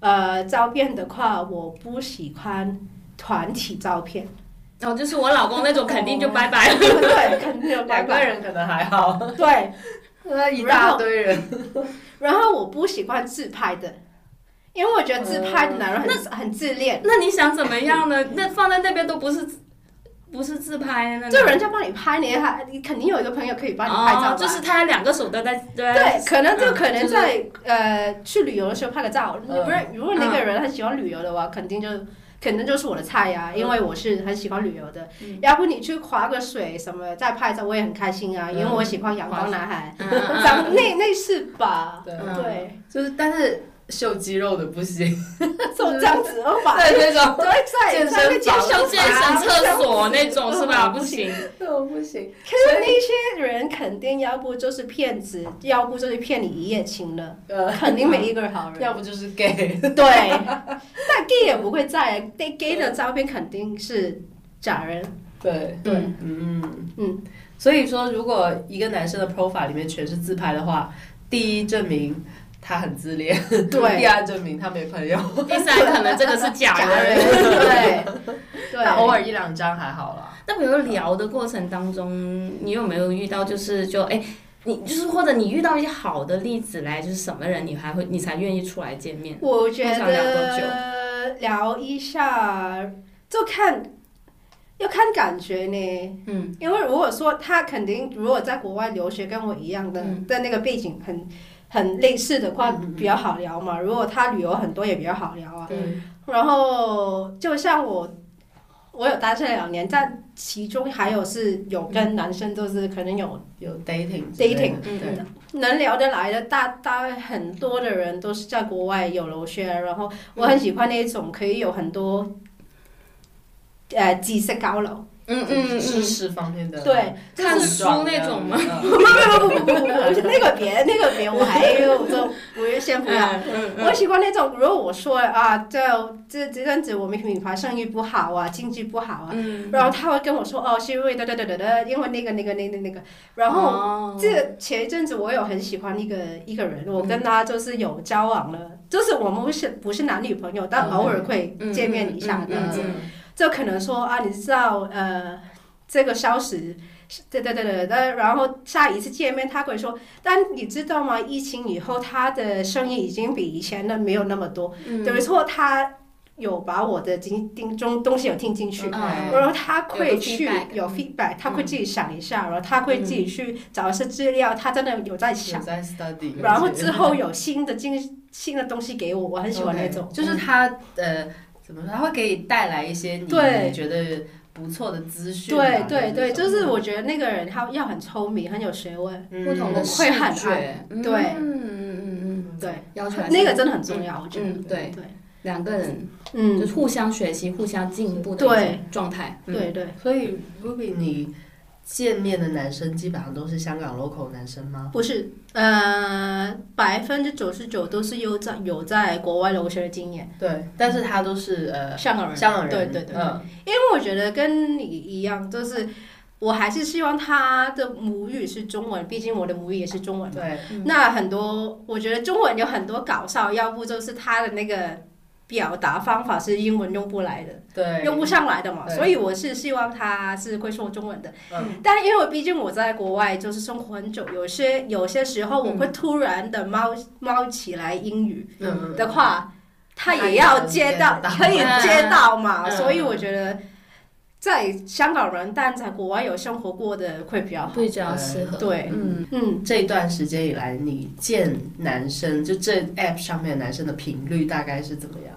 呃照片的话，我不喜欢团体照 片，然后哦就是我老公那 种肯定就拜拜了。对，肯定有两个人可能还好， 对，那一大堆人，然后我不喜欢自拍的。因为我觉得自拍的男人很、很自恋，那你想怎么样呢？ 那放在那边都不是自不是自拍的那种，就人家帮你拍，你还你肯定有一个朋友可以帮你拍照吧、哦，就是他两个手都在对，可能就嗯可能就是在、呃去旅游的时候拍个照，你嗯不是如果那个人很喜欢旅游的话，肯定就肯定就是我的菜呀、因为我是很喜欢旅游的。嗯要不你去划个水什么再拍照，我也很开心啊，因为嗯我喜欢阳光男孩。嗯嗯咱们那那是吧？对，嗯对，就是但是秀肌肉的不行，就这样子哦吧。对那种对，在健在那身房健像健身厕所那种是吧？不不行，那种不行。可是那些人肯定要不就是骗子，要不就是骗你一夜情的，呃，肯定没一个人好人。要不就是 gay， 对，但 gay 也不会在，gay gay 的照片肯定是假人。对，对，嗯嗯，所以说如果一个男生的 profile 里面全是自拍的话，第一证明他很自恋，第对，二证明他没朋友，第三可能这个是假假人。 人，对， 对，但偶尔一两张还好啦。那比如聊的过程当中，你有没有遇到就是就哎，你就是或者你遇到一些好的例子来，就是什么人你还会你才愿意出来见面？我觉通常聊多得聊一下，就看要看感觉呢。嗯，因为如果说他肯定如果在国外留学跟我一样的嗯的那个背景很很类似的话，比较好聊嗯嘛。如果他旅游很多也比较好聊啊。对，然后就像我，我有单身两年，但其中还有是有跟男生，就是可能有有 dating 之类的 Dating，嗯对，能聊得来的大大很多的人都是在国外有留学，然后我很喜欢那种可以有很多。呃，知识交流，嗯知识方面的对，看自书爽那呀种吗？不不不不不不不，那个别那个别，我还我就我先不要，嗯我喜欢那种，如果我说啊，这这这阵子我们品牌生意不好啊，经济不好啊，嗯然后他会跟我说哦，是因为哒哒哒哒哒，因为那个那个那个那个，然后。哦后这个前一阵子我有很喜欢一个一个人，我嗯跟他就是有交往了，就是我们不是不是男女朋友，但嗯偶尔会见面一下嗯嗯嗯嗯这样子。嗯就可能说啊，你知道呃，这个消息，对对对对对，然后下一次见面他会说，但你知道吗？疫情以后他的生意已经比以前的没有那么多，嗯等于说他有把我的听听中东西有听进去。嗯然后他会有个去 feedback 有 feedback，他会自己想一下，然后他会自己去找一些资料，他真的有在有想，在 study，然后之后有新的经新的东西给我，我很喜欢那种嗯 OK，。就是他呃，怎么说，他会给你带来一些你对你觉得不错的资讯啊、对对对，这就种是我觉得那个人他要很聪明，很有学问，嗯不同的会很视觉，嗯对嗯嗯嗯对，嗯，要求还是那个真的很重要，我觉得。嗯对，对，两个人就嗯，是互相学习、互相进步的一对种状态，嗯对对，所以 Ruby 你。见面的男生基本上都是香港 local 男生吗？不是，呃，百分之九十九都是有在有在国外留学的经验，对，但是他都是呃香港人，香港人，对对对，嗯，因为我觉得跟你一样，就是我还是希望他的母语是中文，毕竟我的母语也是中文嘛。对，嗯那很多，我觉得中文有很多搞笑，要不就是他的那个表达方法是英文用不来的。对，用不上来的嘛，对所以我是希望他是会说中文的。嗯但因为我毕竟我在国外就是生活很久，有些有些时候我会突然的猫、猫起来英语嗯的话，他他也也要能接接到，到可以接到嘛。嗯所以我觉得在香港人，但在国外有生活过的会比较好。比较适合，对，嗯嗯，这段时间以来，你见男生就这 app 上面的男生的频率大概是怎么样？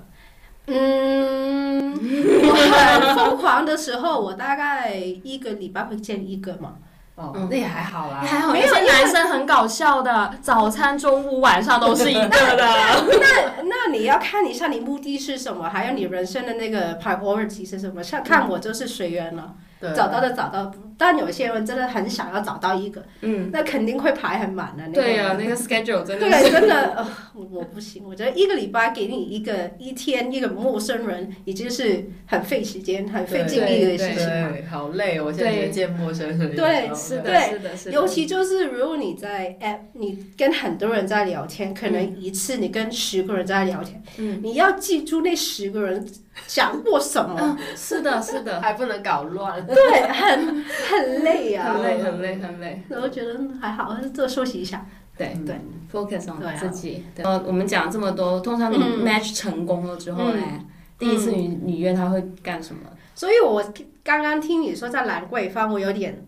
嗯，我很疯狂的时候，我大概一个礼拜会见一个嘛。哦嗯，那也还好啦。还好，没有有些因为男生很搞笑的，早餐、中午、晚上都是一个的。那那你要看一下你目的是什么，还有你人生的那个 priority 是什么。像看我就是随缘了，对，找到的找到，但有些人真的很想要找到一个， 嗯，那肯定会排很满的。那个对呀、那个 schedule 真的对，是。真的，呃，我不行。我觉得一个礼拜给你一个一天一个陌生人，已经是很费时间、很费精力的事情了。对，好累，哦我现在觉得见陌生人的时候对是的，对是的，是的。尤其就是如果你在 app，你跟很多人在聊天，可能一次你跟十个人在聊天，嗯，你要记住那十个人讲过什 么，是的，是的，还不能搞乱。对，很很累呀、 很啊。累，很累，很累。然后觉得嗯还好，就休息一下。对嗯对 focus on 对啊自己。对呃，我们讲这么多，通常你嗯 match 成功了之后嘞，第一次你你约他会干什么？所以我刚刚听你说在兰桂坊，我有点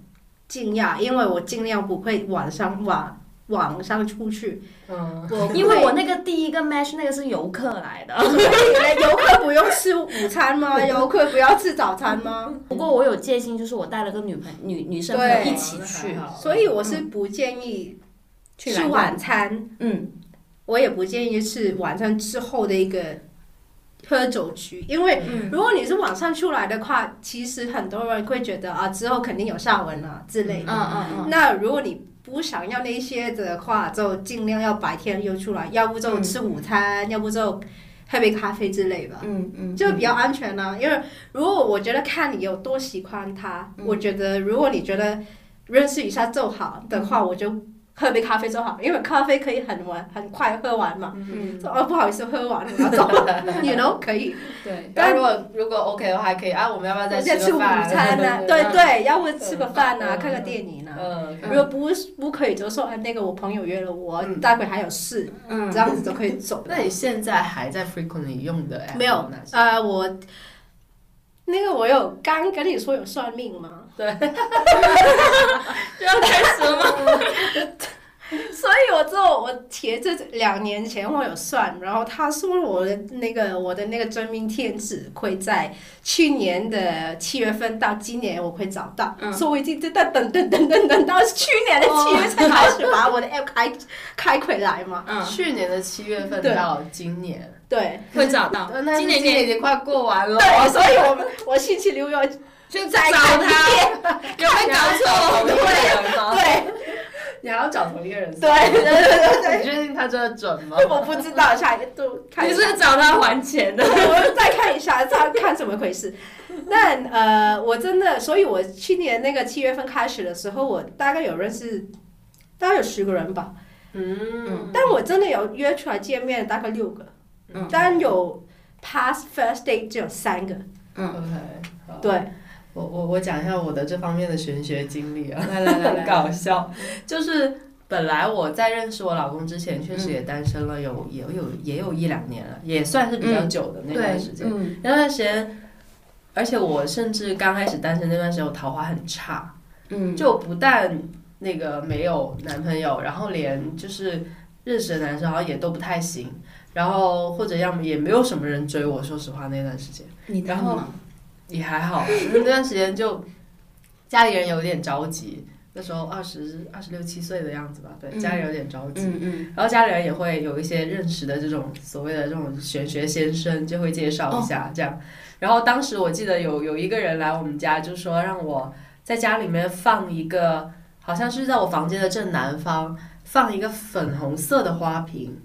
惊讶，因为我尽量不会晚上晚晚上出去，嗯，我因为我那个第一个 match 那个是游客来的，所以呢游客不用吃午餐吗？游客不要吃早餐吗？不过我有戒心，就是我带了个女朋女女生朋友对一起去，所以我是不建议去吃兰桂晚餐，嗯，我也不建议是晚上之后的一个喝酒局，因为嗯如果你是晚上出来的话，其实很多人会觉得啊，之后肯定有下文啊之类嗯的。嗯嗯，那如果你不想要那些的话，就尽量要白天约出来，要不就吃午餐，要不就喝杯咖啡之类吧。嗯嗯，就比较安全啦、因为如果我觉得看你有多喜欢他，嗯我觉得如果你觉得认识一下就好的嗯话，我就喝杯咖啡就好，因为咖啡可以很晚很快喝完嘛。嗯，说哦不好意思喝完了，我 要走了，you know 可以。对，但如果如果 OK 的话，还可以啊，我们要不要我再先吃吃个午饭餐呢、 对对，要不吃个饭呐、嗯看个电影呐、啊嗯，如果不不可以，就说啊那个我朋友约了我，嗯待会还有事，嗯这，样子就可以走了那。你现在还在 frequently 用的 app 没有哪些？呃，我那个我有刚跟你说有算命吗？就要开始了吗？所以我之后我前这两年前我有算，然后他说我的那个我的那个真命天子会在去年的七月份到今年我会找到，嗯所以我已经在等等等等等等到去年的七月才开始把我的 app 开开回来嘛。嗯，去年的七月份对到今年，对会找到呃，那是今今年年年已经快过完了。对，所以我们我星期六要就再找看他，有没有搞错？对，对你还要找同一个人对，对对对你确定他真的准吗？对， 我不知道下一度看一你下。是找他还钱的？我再看一下，再看怎么回事。但呃，我真的，所以我去年那个七月份开始的时候，我大概有认识，大概有十个人吧。嗯，但我真的有约出来见面，大概六个。嗯但有 pass first date 只有三个。 OK，好对，我我我讲一下我的这方面的玄学经历啊，来来来很来，搞笑。就是本来我在认识我老公之前，确嗯实也单身了有也有也有一两年了，也算是比嗯较久的那对段时，间。嗯那段时间，而且我甚至刚开始单身那段时间，我桃花很差。嗯，就不但那个没有男朋友，然后连就是认识的男生好像也都不太行，然后或者要么也没有什么人追我，说实话那段时间你然后也还好，那段时间就家里人有点着急，那时候二十二十六七岁的样子吧，对，嗯家里人有点着急。嗯嗯，然后家里人也会有一些认识的这种所谓的这种玄学先生，就会介绍一哦下这样。然后当时我记得有有一个人来我们家，就说让我在家里面放一个，好像是在我房间的正南方放一个粉红色的花瓶，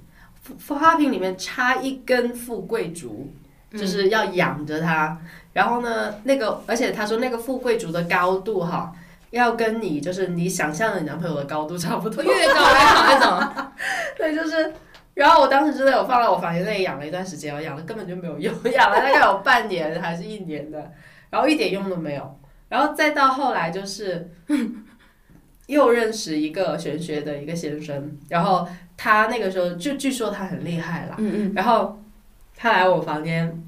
花花瓶里面插一根富贵竹，嗯就是要养着它。然后呢，那个而且他说那个富贵竹的高度哈。要跟你就是你想象的你男朋友的高度差不多，越高越好那种， 对，就是，然后我当时真的有放在我房间内养了一段时间，我养了根本就没有用， 养了大概有半年还是一年的，然后一点用都没有。然后再到后来就是，又认识一个玄学的一个先生，然后他那个时候就据说他很厉害啦，嗯嗯然后他来我房间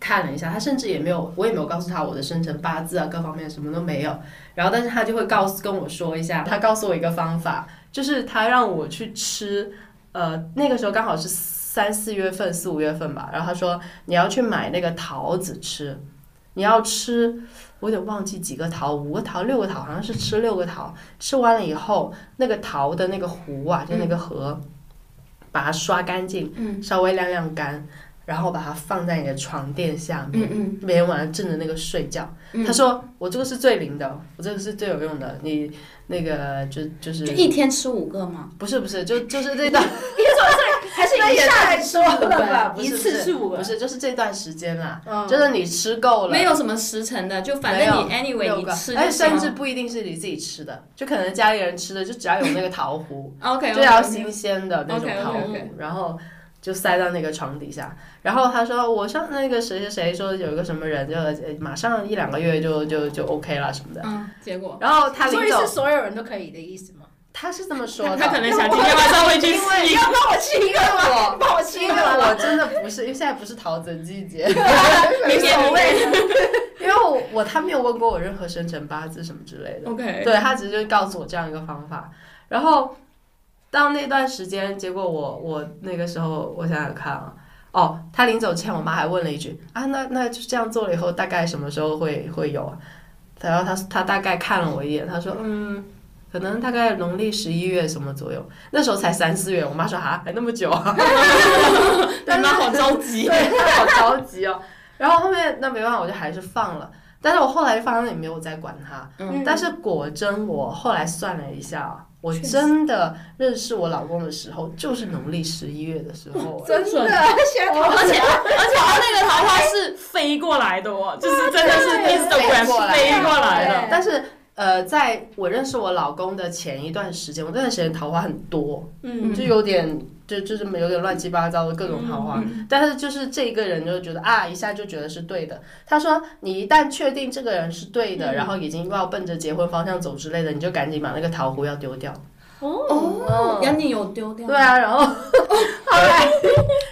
看了一下，他甚至也没有，我也没有告诉他我的生辰八字啊，各方面什么都没有。然后，但是他就会告诉跟我说一下，他告诉我一个方法，就是他让我去吃，呃，那个时候刚好是三四月份、四五月份吧。然后他说你要去买那个桃子吃，你要吃，我有点忘记几个桃，五个桃、六个桃，好像是吃六个桃。吃完了以后，那个桃的那个核啊，就那个核，把它刷干净，稍微晾晾干，然后把它放在你的床垫下面，嗯每天晚上正着那个睡觉。嗯他说：“我这个是最灵的，我这个是最有用的。你那个就就是嗯，就一天吃五个嘛，不是不是，就就是这段还是那一也下太子说了吧，不一是次是五不个，是就是这段时间啦，嗯就是你吃够了没有什么时辰的，就反正你 anyway 六你个，吃而且就甚行至了。不一定是你自己吃的，就可能家里人吃的，就只要有那个 桃核， OK，就要新鲜的那种 OK，OK，OK 桃核，然后就塞到那个床底下。然后他说，我上那个谁谁谁说有一个什么人就呃马上一两个月就就就 OK 了什么的。嗯，结果然后他所临以走是，所有人都可以的意思吗？他是这么说他的，他可能想今天晚上回去试一要帮我吃一个吗？我帮我吃一因个为吗？我真的不是，因为现在不是桃子季节，明年所谓因为我我他没有问过我任何生辰八字什么之类的。 OK，对他只是就告诉我这样一个方法，然后到那段时间，结果我我那个时候我想想看啊，哦，他临走前我妈还问了一句啊，那那就这样做了以后，大概什么时候会会有啊？然后他他大概看了我一眼，他说嗯，可能大概农历十一月什么左右，那时候才三四月，我妈说啊还那么久啊， 你妈好着急。对他好着急哦。 然后后面那没办法，我就还是放了，但是我后来就发现也没有再管他，嗯但是果真，我后来算了一下，啊我确实真的认识我老公的时候，就是农历十一月的时候。真准的，现在而且而且他那个桃花是飞过来的哦，就是真的是对 Instagram 飞过来飞过来的。对但是呃，在我认识我老公的前一段时间，我那段时间桃花很多，嗯就有点就就是有点乱七八糟的各种桃花。嗯但是就是这一个人就觉得啊，一下就觉得是对的。他说你一旦确定这个人是对嗯的，然后已经要奔着结婚方向走之类的，你就赶紧把那个桃核要丢掉。哦，嗯杨你有丢掉？对，啊，然后 后 来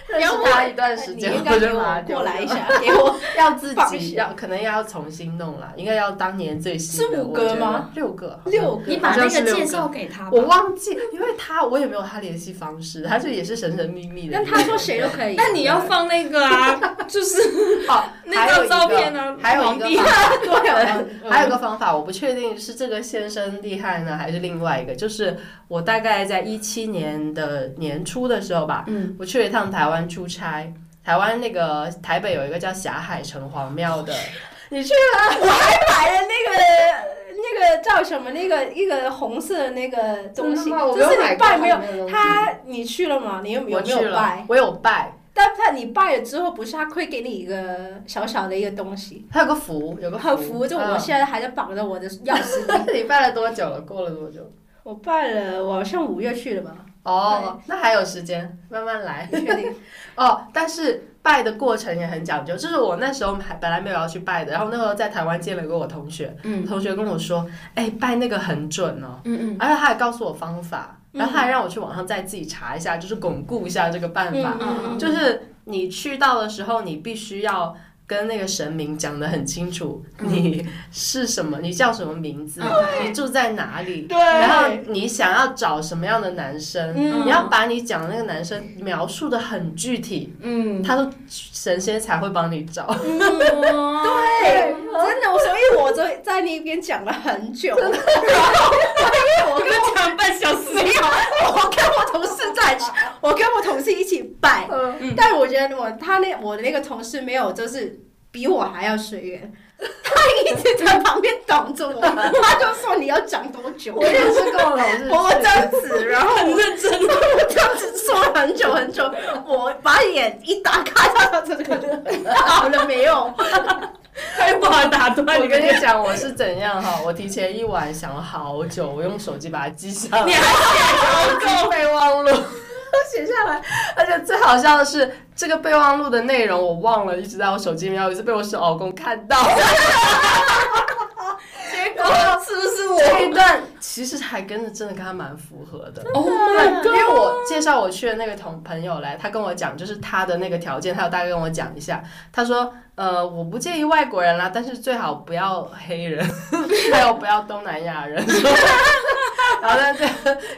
认识他一段时你间，应我该给就把它我丢过来一了，下，给我 要自放己下要可能要重新弄了，应该要当年最新是的五我个觉得吗六个，六个。你把那好像个是六个介绍给他吧。我忘记，因为他我也没有他联系方式，他就也是神神秘秘的。但他说谁都可以，那你要放那个 啊，就是 好， 那还张有一照个片啊呢，还有一皇个帝方对，还有一个方法，我不确定是这个先生厉害呢，还是另外一个。就是我大概在一七年的年初的时候吧，嗯，我去了一趟台湾出差，台湾那个台北有一个叫霞海城隍庙的，你去 买了那个那个叫什么那个一个红色的那个东西，真的吗我就是没有买你过拜没有没有东？西他你去了吗？你有有我没去有了拜，？我有拜，但他你拜了之后，不是他会给你一个小小的一个东西，它有个符，有个很服，就我现在还在绑着我的钥匙 嗯里。 你拜了多久了？过了多久？我拜了，我好像五月去的吧？哦，那还有时间，慢慢来。不确 定。哦，但是拜的过程也很讲究，就是我那时候还本来没有要去拜的，然后那时候在台湾见了个我同学，嗯同学跟我说，哎，拜那个很准哦，嗯嗯而且他还告诉我方法，嗯然后他还让我去网上再自己查一下，就是巩固一下这个办法。嗯就是你去到的时候，你必须要跟那个神明讲得很清楚，你是什么，你叫什么名字，你住在哪里，对，然后你想要找什么样的男生。嗯你要把你讲的那个男生描述的很具体，嗯，他说神仙才会帮你找。对，对，哎真的，所以我在在那边讲了很久。然后，因为我跟我讲半小时。 没有，啊我跟我同事在一起，我跟我同事一起拜， 嗯但我觉得我他那我的那个同事没有，就是比我还要随缘，他一直在旁边挡着 我，他就说你要讲多久，我也是跟我老师我这样子，然后很认真，我这样子说很久很久，我把眼一打开，他这个 好了没有？太不好打断我你，跟跟你你讲，我是怎样哈，我提前一晚想了好久，我用手机把它记下来，你还 写备忘录，写下来。而且最好笑的是，这个备忘录的内容我忘了，一直在我手机里面，有一次被我老公看到。结果是不是这一段其实还跟着真的跟他蛮符合的。 ？Oh 对 my，因为我介绍我去的那个同朋友来，他跟我讲，就是他的那个条件，他有大概跟我讲一下。他说，呃，我不介意外国人 啦，但是最好不要黑人，还有不要东南亚人。 然后但这，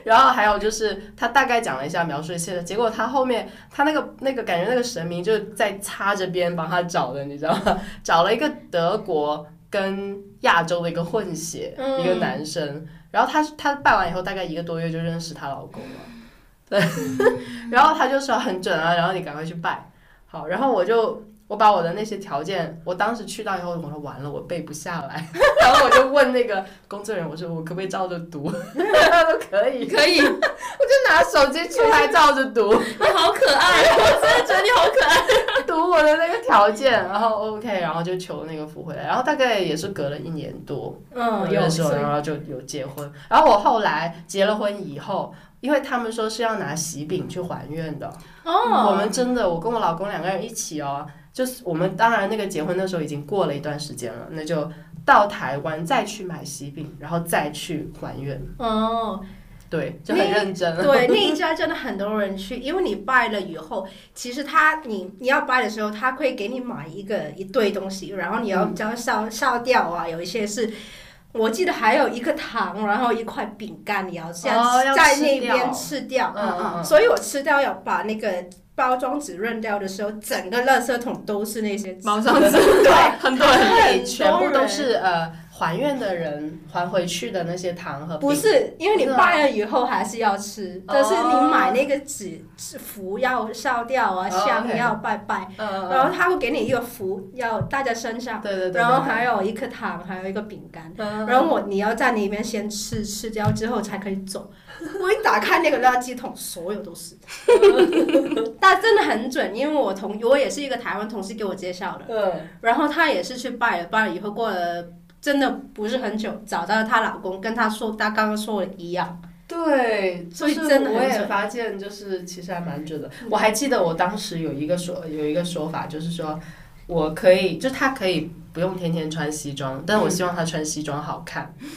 然后还有就是他大概讲了一下描述一切的，结果他后面他那个那个感觉那个神明就在擦着边帮他找的，你知道吗？找了一个德国跟亚洲的一个混血、嗯一个男生，然后他他拜完以后大概一个多月就认识她老公了，对， 然后他就说很准啊，然后你赶快去拜，好，然后我就。我把我的那些条件，我当时去到以后，我说完了，我背不下来， 然后我就问那个工作人员，我说我可不可以照着读？ 他说可以，可以，你就拿手机出来照着读，好 可爱，我真的觉得你好可爱。 读我的那个条件，然后 OK，然后就求那个符回来，然后大概也是隔了一年多，嗯，有认识我，然后就有结婚，然后我后来结了婚以后。因为他们说是要拿喜饼去还愿的，我哦，们真的，我跟我老公两个人一起哦，就是我们当然那个结婚的时候已经过了一段时间了，那就到台湾再去买喜饼，然后再去还愿，哦，对，就很那认真。对，那一家真的很多人去，因为你拜了以后，其实他你你要拜的时候，他会给你买一个一堆东西，然后你嗯要将烧烧掉啊，有一些是。我记得还有一个糖，然后一块饼干，你要这样、哦要在吃那掉边吃掉。嗯嗯嗯，所以我吃掉要把那个包装纸扔掉的时候，整个垃圾桶都是那些纸。毛上子， 对， 很多人对，很全部多都人是呃还愿的人还回去的那些糖和饼不是，因为你不是啊拜了以后还是要吃，但是哦你买那个纸纸符要烧掉啊，哦香 OK 要拜拜，呃，然后他会给你一个符要戴在身上，对对对对，然后对还有一颗糖，还有一个饼干。嗯然后我你要在里面先吃吃掉之后才可以 走。我一打开那个垃圾桶，所有都是。但真的很准，因为我同我也是一个台湾同事给我介绍的，嗯然后她也是去拜了，拜了以后过了真的不是很久，找到她老公，跟她说她刚刚说的一样。对，所以就是真的我很也准嗯发现，就是其实还蛮准的。我还记得我当时有一个说有一个说法，就是说我可以，就他可以不用天天穿西装，但我嗯希望他穿西装好看。嗯嗯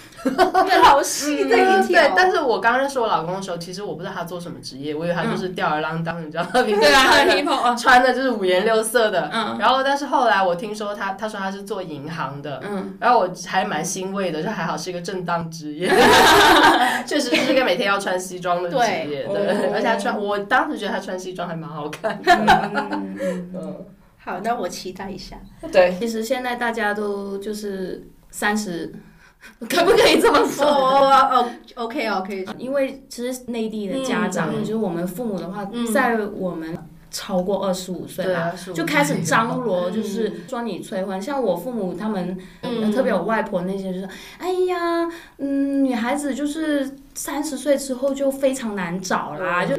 对，好细的一哦条。对，但是我刚认识我老公的时候，其实我不知道他做什么职业，我以为他嗯就是吊儿郎当，你知道吗？对啊，穿很的 hip hop 啊，穿的就是五颜六色的。嗯然后，但是后来我听说他，他说他是做银行的，嗯，然后我还蛮欣慰的，就还好是一个正当职 业，确实是一个每天要穿西装的职业，对，对哦而且他穿，我当时觉得他穿西装还蛮好看的，嗯，好，那我期待一下。对，其实现在大家都就是三十， 可不可以这 么哦说？哦哦，OK OK，因为其实内地的家长，嗯嗯就是我们父母的话，嗯在我们超过二十五岁吧，啊，嗯就开始张罗，罗，就是说你催婚。像我父母他们，嗯特别我外婆那些，就是哎呀，嗯，女孩子就是三十岁之后就非常难找啦，嗯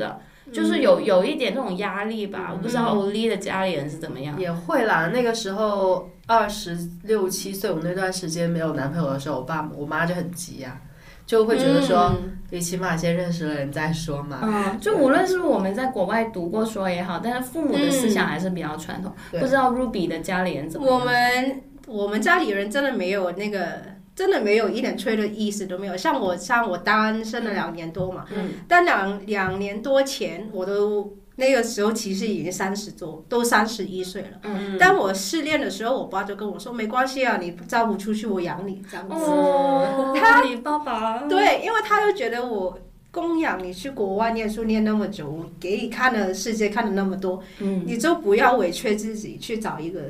就就是有有一点这种压力吧。我不知道嗯欧丽的家里人是怎么样。 也会啦。那个时候二十六七岁，我那段时间没有男朋友的时候，我爸我妈就很急呀、就会觉得说，嗯你起码先认识了人再说嘛。嗯，就无论是我们在国外读过书也好，但是父母的思想还是比较传统。对不知道 Ruby 的家里人怎么样？我们我们家里人真的没有那个，真的没有一点催的意思都没有。像我，像我单身了两年多嘛，嗯，但两两年多前我都那个时候其实已经三十多，都三十一岁了。嗯但我失恋的时候，我爸就跟我说：“没关系啊，你照顾出去，我养你这样子。哦，他你爸爸对，因为他就觉得我供养你去国外念书念那么久，我给你看的世界看了那么多，嗯，你就不要委屈自己去找一个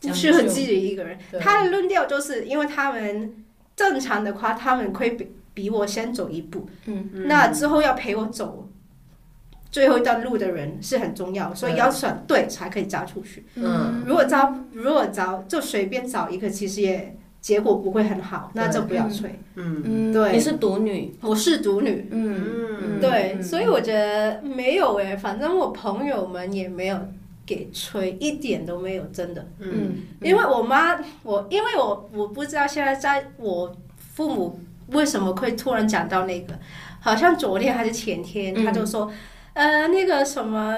不将适合就自己的一个人。对他的论调就是因为他们正常的话，他们会比比我先走一步，那之后要陪我走最后一段路的人是很重要，所以对要选对才可以嫁出去。嗯如果找如果找就随便找一个，其实也结果不会很好，那就不要催。嗯嗯，对你是独女，我是独女。嗯嗯对，嗯所以我觉得没有诶，反正我朋友们也没有给催，一点都没有，真的。嗯因为我妈，我因为我我不知道现在在我父母为什么会突然讲到那个，好像昨天还是前天，嗯他就说，呃，那个什么，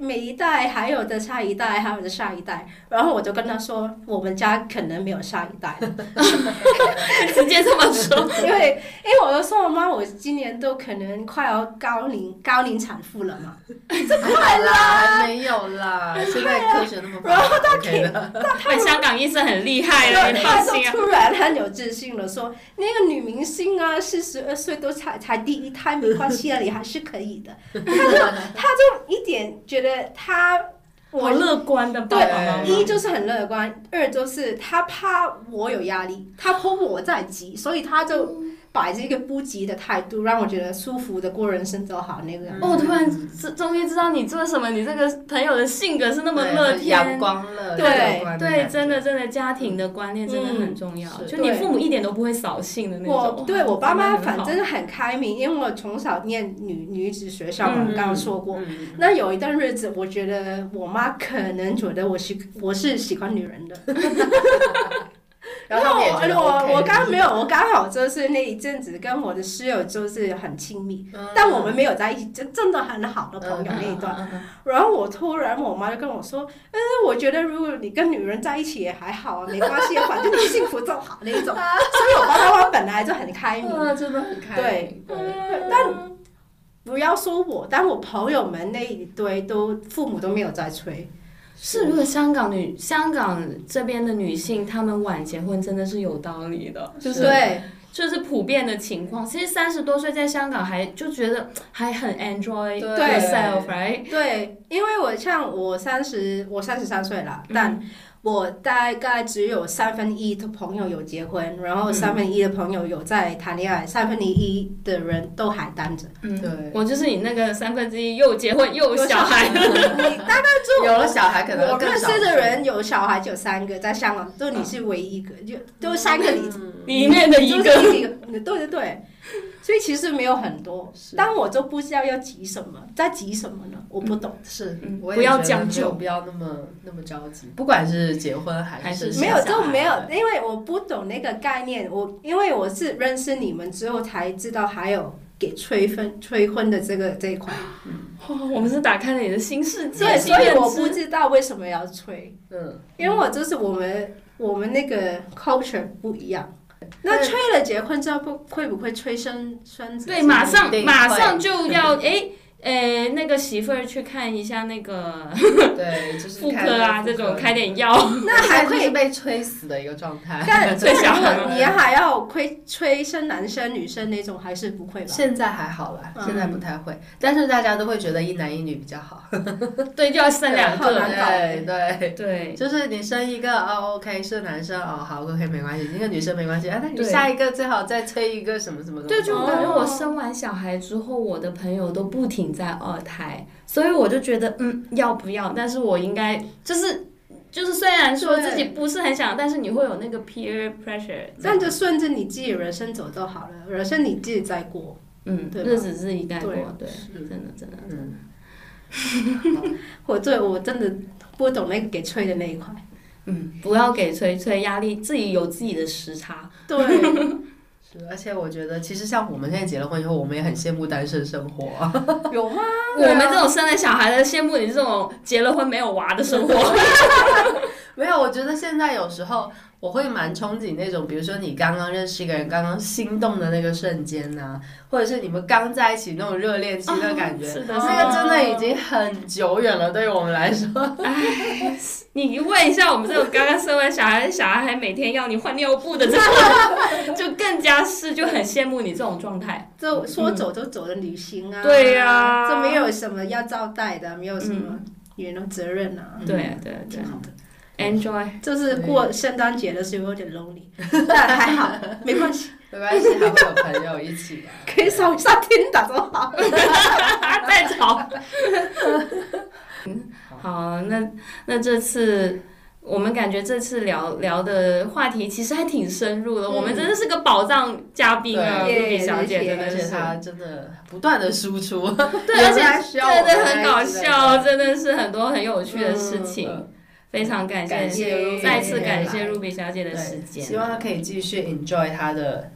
每一代还有的下一代，还有的下一代，然后我就跟他说，我们家可能没有下一代了， 直接这么说，因为因为我都说我妈，我今年都可能快要高龄高龄产妇了嘛，快啦，没有啦，现在科学那么发达，OK 的。哎，香港医生很厉害的，你放他就心啊。突然很有自信了，说那个女明星啊，四十二岁都才才第一胎，没关系啊，你还是可以 的。他就他就一点觉得他我我乐观的爸爸妈对，妈，一就是很乐观，二就是他怕我有压力，他怕我在急，所以他就摆着一个不急的态度，让我觉得舒服的过人生就好那个样。哦，我突然知终于知道你做什么，你这个朋友的性格是那么对乐很阳天。光乐，对乐观对，感真的觉。真的，家庭的观念真的很重要。嗯是就你对父母一点都不会扫兴的那种。我哦对我爸妈反真正很开明，因为我从小念女女子学校嘛，嗯我刚刚说过。嗯那有一段日子，我觉得我妈可能觉得我是我是喜欢女人的， 然后他们也觉因为得我 OK 我我刚没有，我刚好就是那一阵子跟我的室友就是很亲密，嗯但我们没有在一起，真真的很好的朋友那一段。的，然后我突然我妈就跟我说，嗯，我觉得如果你跟女人在一起也还好啊，没关系啊，反正你幸福就好那一 种。所以我爸妈本来就很开明，嗯，真的很开对心。嗯对，但不要说我，但我朋友们那一堆都父母都没有在催，是如果香港女香港这边的女性，她们晚结婚真的是有道理的，就是对就是普遍的情况。其实三十多岁在香港还就觉得还很 enjoy 对 yourself，right？对，因为我像我三十，我三十三岁了，但我大概只有三分一的朋友有结婚，然后三分一的朋友有在谈恋爱，三分一的人都还单着。嗯，对，我就是你那个三分之一又结婚又有小孩，你大概有了小孩可 能我更认少识的人有小孩就有三个，在香港，就你是唯一一个，就都三个里里面的一就个。是一个，对对对，所以其实没有很多，但我就不知道要急什么，在急什么呢？我不懂。是嗯，我也不要觉得将没有就不要那么那么着急，不管是结婚还还是是生没有小，就孩没有，因为我不懂那个概念。我因为我是认识你们之后才知道还有给催婚、催婚的这个这一块，哦，我们是打开了你的新世界，对，新所以我认不知知道为什么要催，嗯，因为我就是我们我们那个 culture 不一样。那催了结婚之后不会不会催生生子？对，马一上定会马上就要哎。诶，那个媳妇儿去看一下那个对，就是 妇看科啊，妇这种开点药，那还现在就会 是被催死的一个状态。但最小但如的果你还要催催生男生女生那种，还是不会吧？现在还好啦，嗯现在不太会，但是大家都会觉得一男一女比 较好。 对，就要生两好个，难搞 对对，对，就是你生一个哦，OK 是男生哦，好 OK 没关系，一个女生没关系啊，那你对下一个最好再催一个什么什么什么。对，就哦感觉我生完小孩之后，我的朋友都不停在二胎，所以我就觉得，嗯，要不要？但是我应该就是就是，虽然说对自己不是很想，但是你会有那个 peer pressure，这样就顺着你自己人生走就好了，人生你自己在过。嗯，对吧日子自己盖过对，对，真的真的。嗯，我对我真的不懂那个给吹的那一块。嗯，不要给催催压力，自己有自己的时差。对，是，而且我觉得其实像我们现在结了婚以后，我们也很羡慕单身生活。 有吗？我们这种生了小孩的，羡慕你这种结了婚没有娃的生活。没有，我觉得现在有时候我会蛮憧憬那种，比如说你刚刚认识一个人，刚刚心动的那个瞬间呐、或者是你们刚在一起那种热恋期的感觉。 是这哦的，是个的。真的已经很久远了，对于我 们来说，哎你问一下我们这种刚刚生完小孩，小孩还每天要你换尿布的这 种，就更加是就很羡慕你这种状态。 就说走就走的旅行啊。嗯对呀嗯这没有什么要交代的，没有什么也能责任啊。对啊对啊对挺好的，啊，enjoy。 就是过圣诞节的时候有点 lonely，但还好，没关系，没关系，还会有朋友一起 的。可以扫一下天打就好。再吵。 嗯，好，那那这次。我们感觉这次聊聊的话题其实还挺深入的，嗯我们真的是个宝藏嘉宾啊，露对比小姐谢谢真的而且是，他真的不断的输出， 对，而且还需要我真们的很搞来一起来笑，真的是很多很有趣的事情，嗯非常感谢，感谢再次感谢来 Ruby 小姐的时对，间，希望他可以继续 enjoy 他的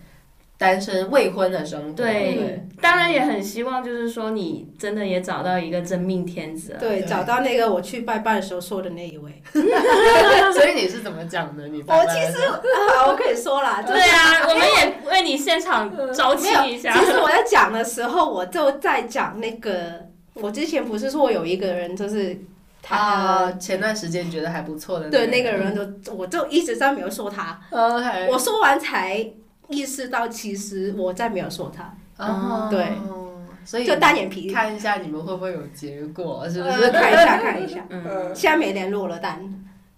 单身未婚的生活。对对当然也很希望，就是说你真的也找到一个真命天子了。对，找到那个我去拜拜的时候说的那一位。 啊 所以你是怎么讲的？你我其实啊，我可以说啦，就是对啊，我们也为你现场招没气有，一其下。实我在讲的时候，我就在讲那个，我之前不是说有一个人就是他。呃啊，前段时间觉得还不错的，对那个人就，我就一直在描述他，嗯，OK，我说完才意识到，其实我在描述他，嗯哦对，所以就单眼皮，看一下你们会不会有结果，是不呃，是？看一 下看一下，嗯，现在没联络了，但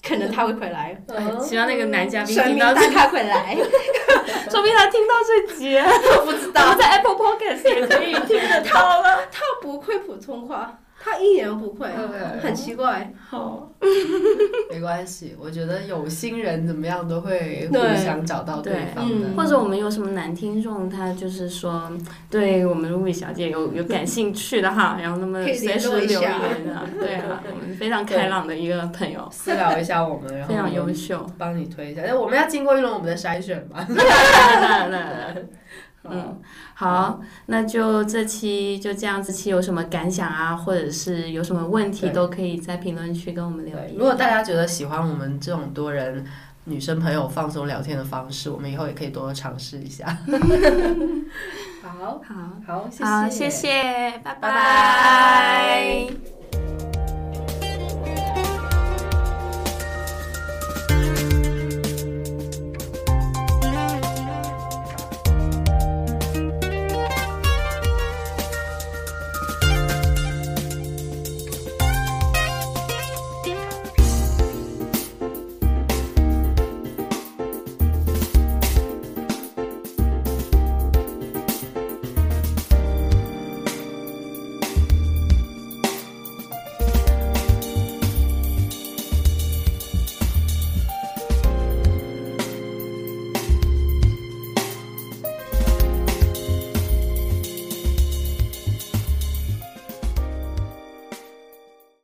可能他会回来， 哎希望那个男嘉宾神听明到，带他回来。 说不定他听到这集， 我不知道，在 Apple Podcast 也可以听得到了。他不会普通话，他一点都不会， OK 很奇怪。好，没关系，我觉得有心人怎么样都会互对相找到对对方的。嗯或者我们有什么男听众，他就是说对我们 Ruby 小姐有有感兴趣的哈，然后那么可以随联时络一留下言啊，对啊，我们非常开朗的一个朋友，私聊一下我们，然 后非常我优们秀。帮你推一下。那我们要经过一轮我们的筛选嘛？那 那那那那嗯，好，那就这期就这样子。期有什么感想啊，或者是有什么问题，对都可以在评论区跟我们留 对，言。如果大家觉得喜欢我们这种多人女生朋友放松聊天的方式，我们以后也可以多尝试一下。 好好，好，谢好，谢谢，拜拜拜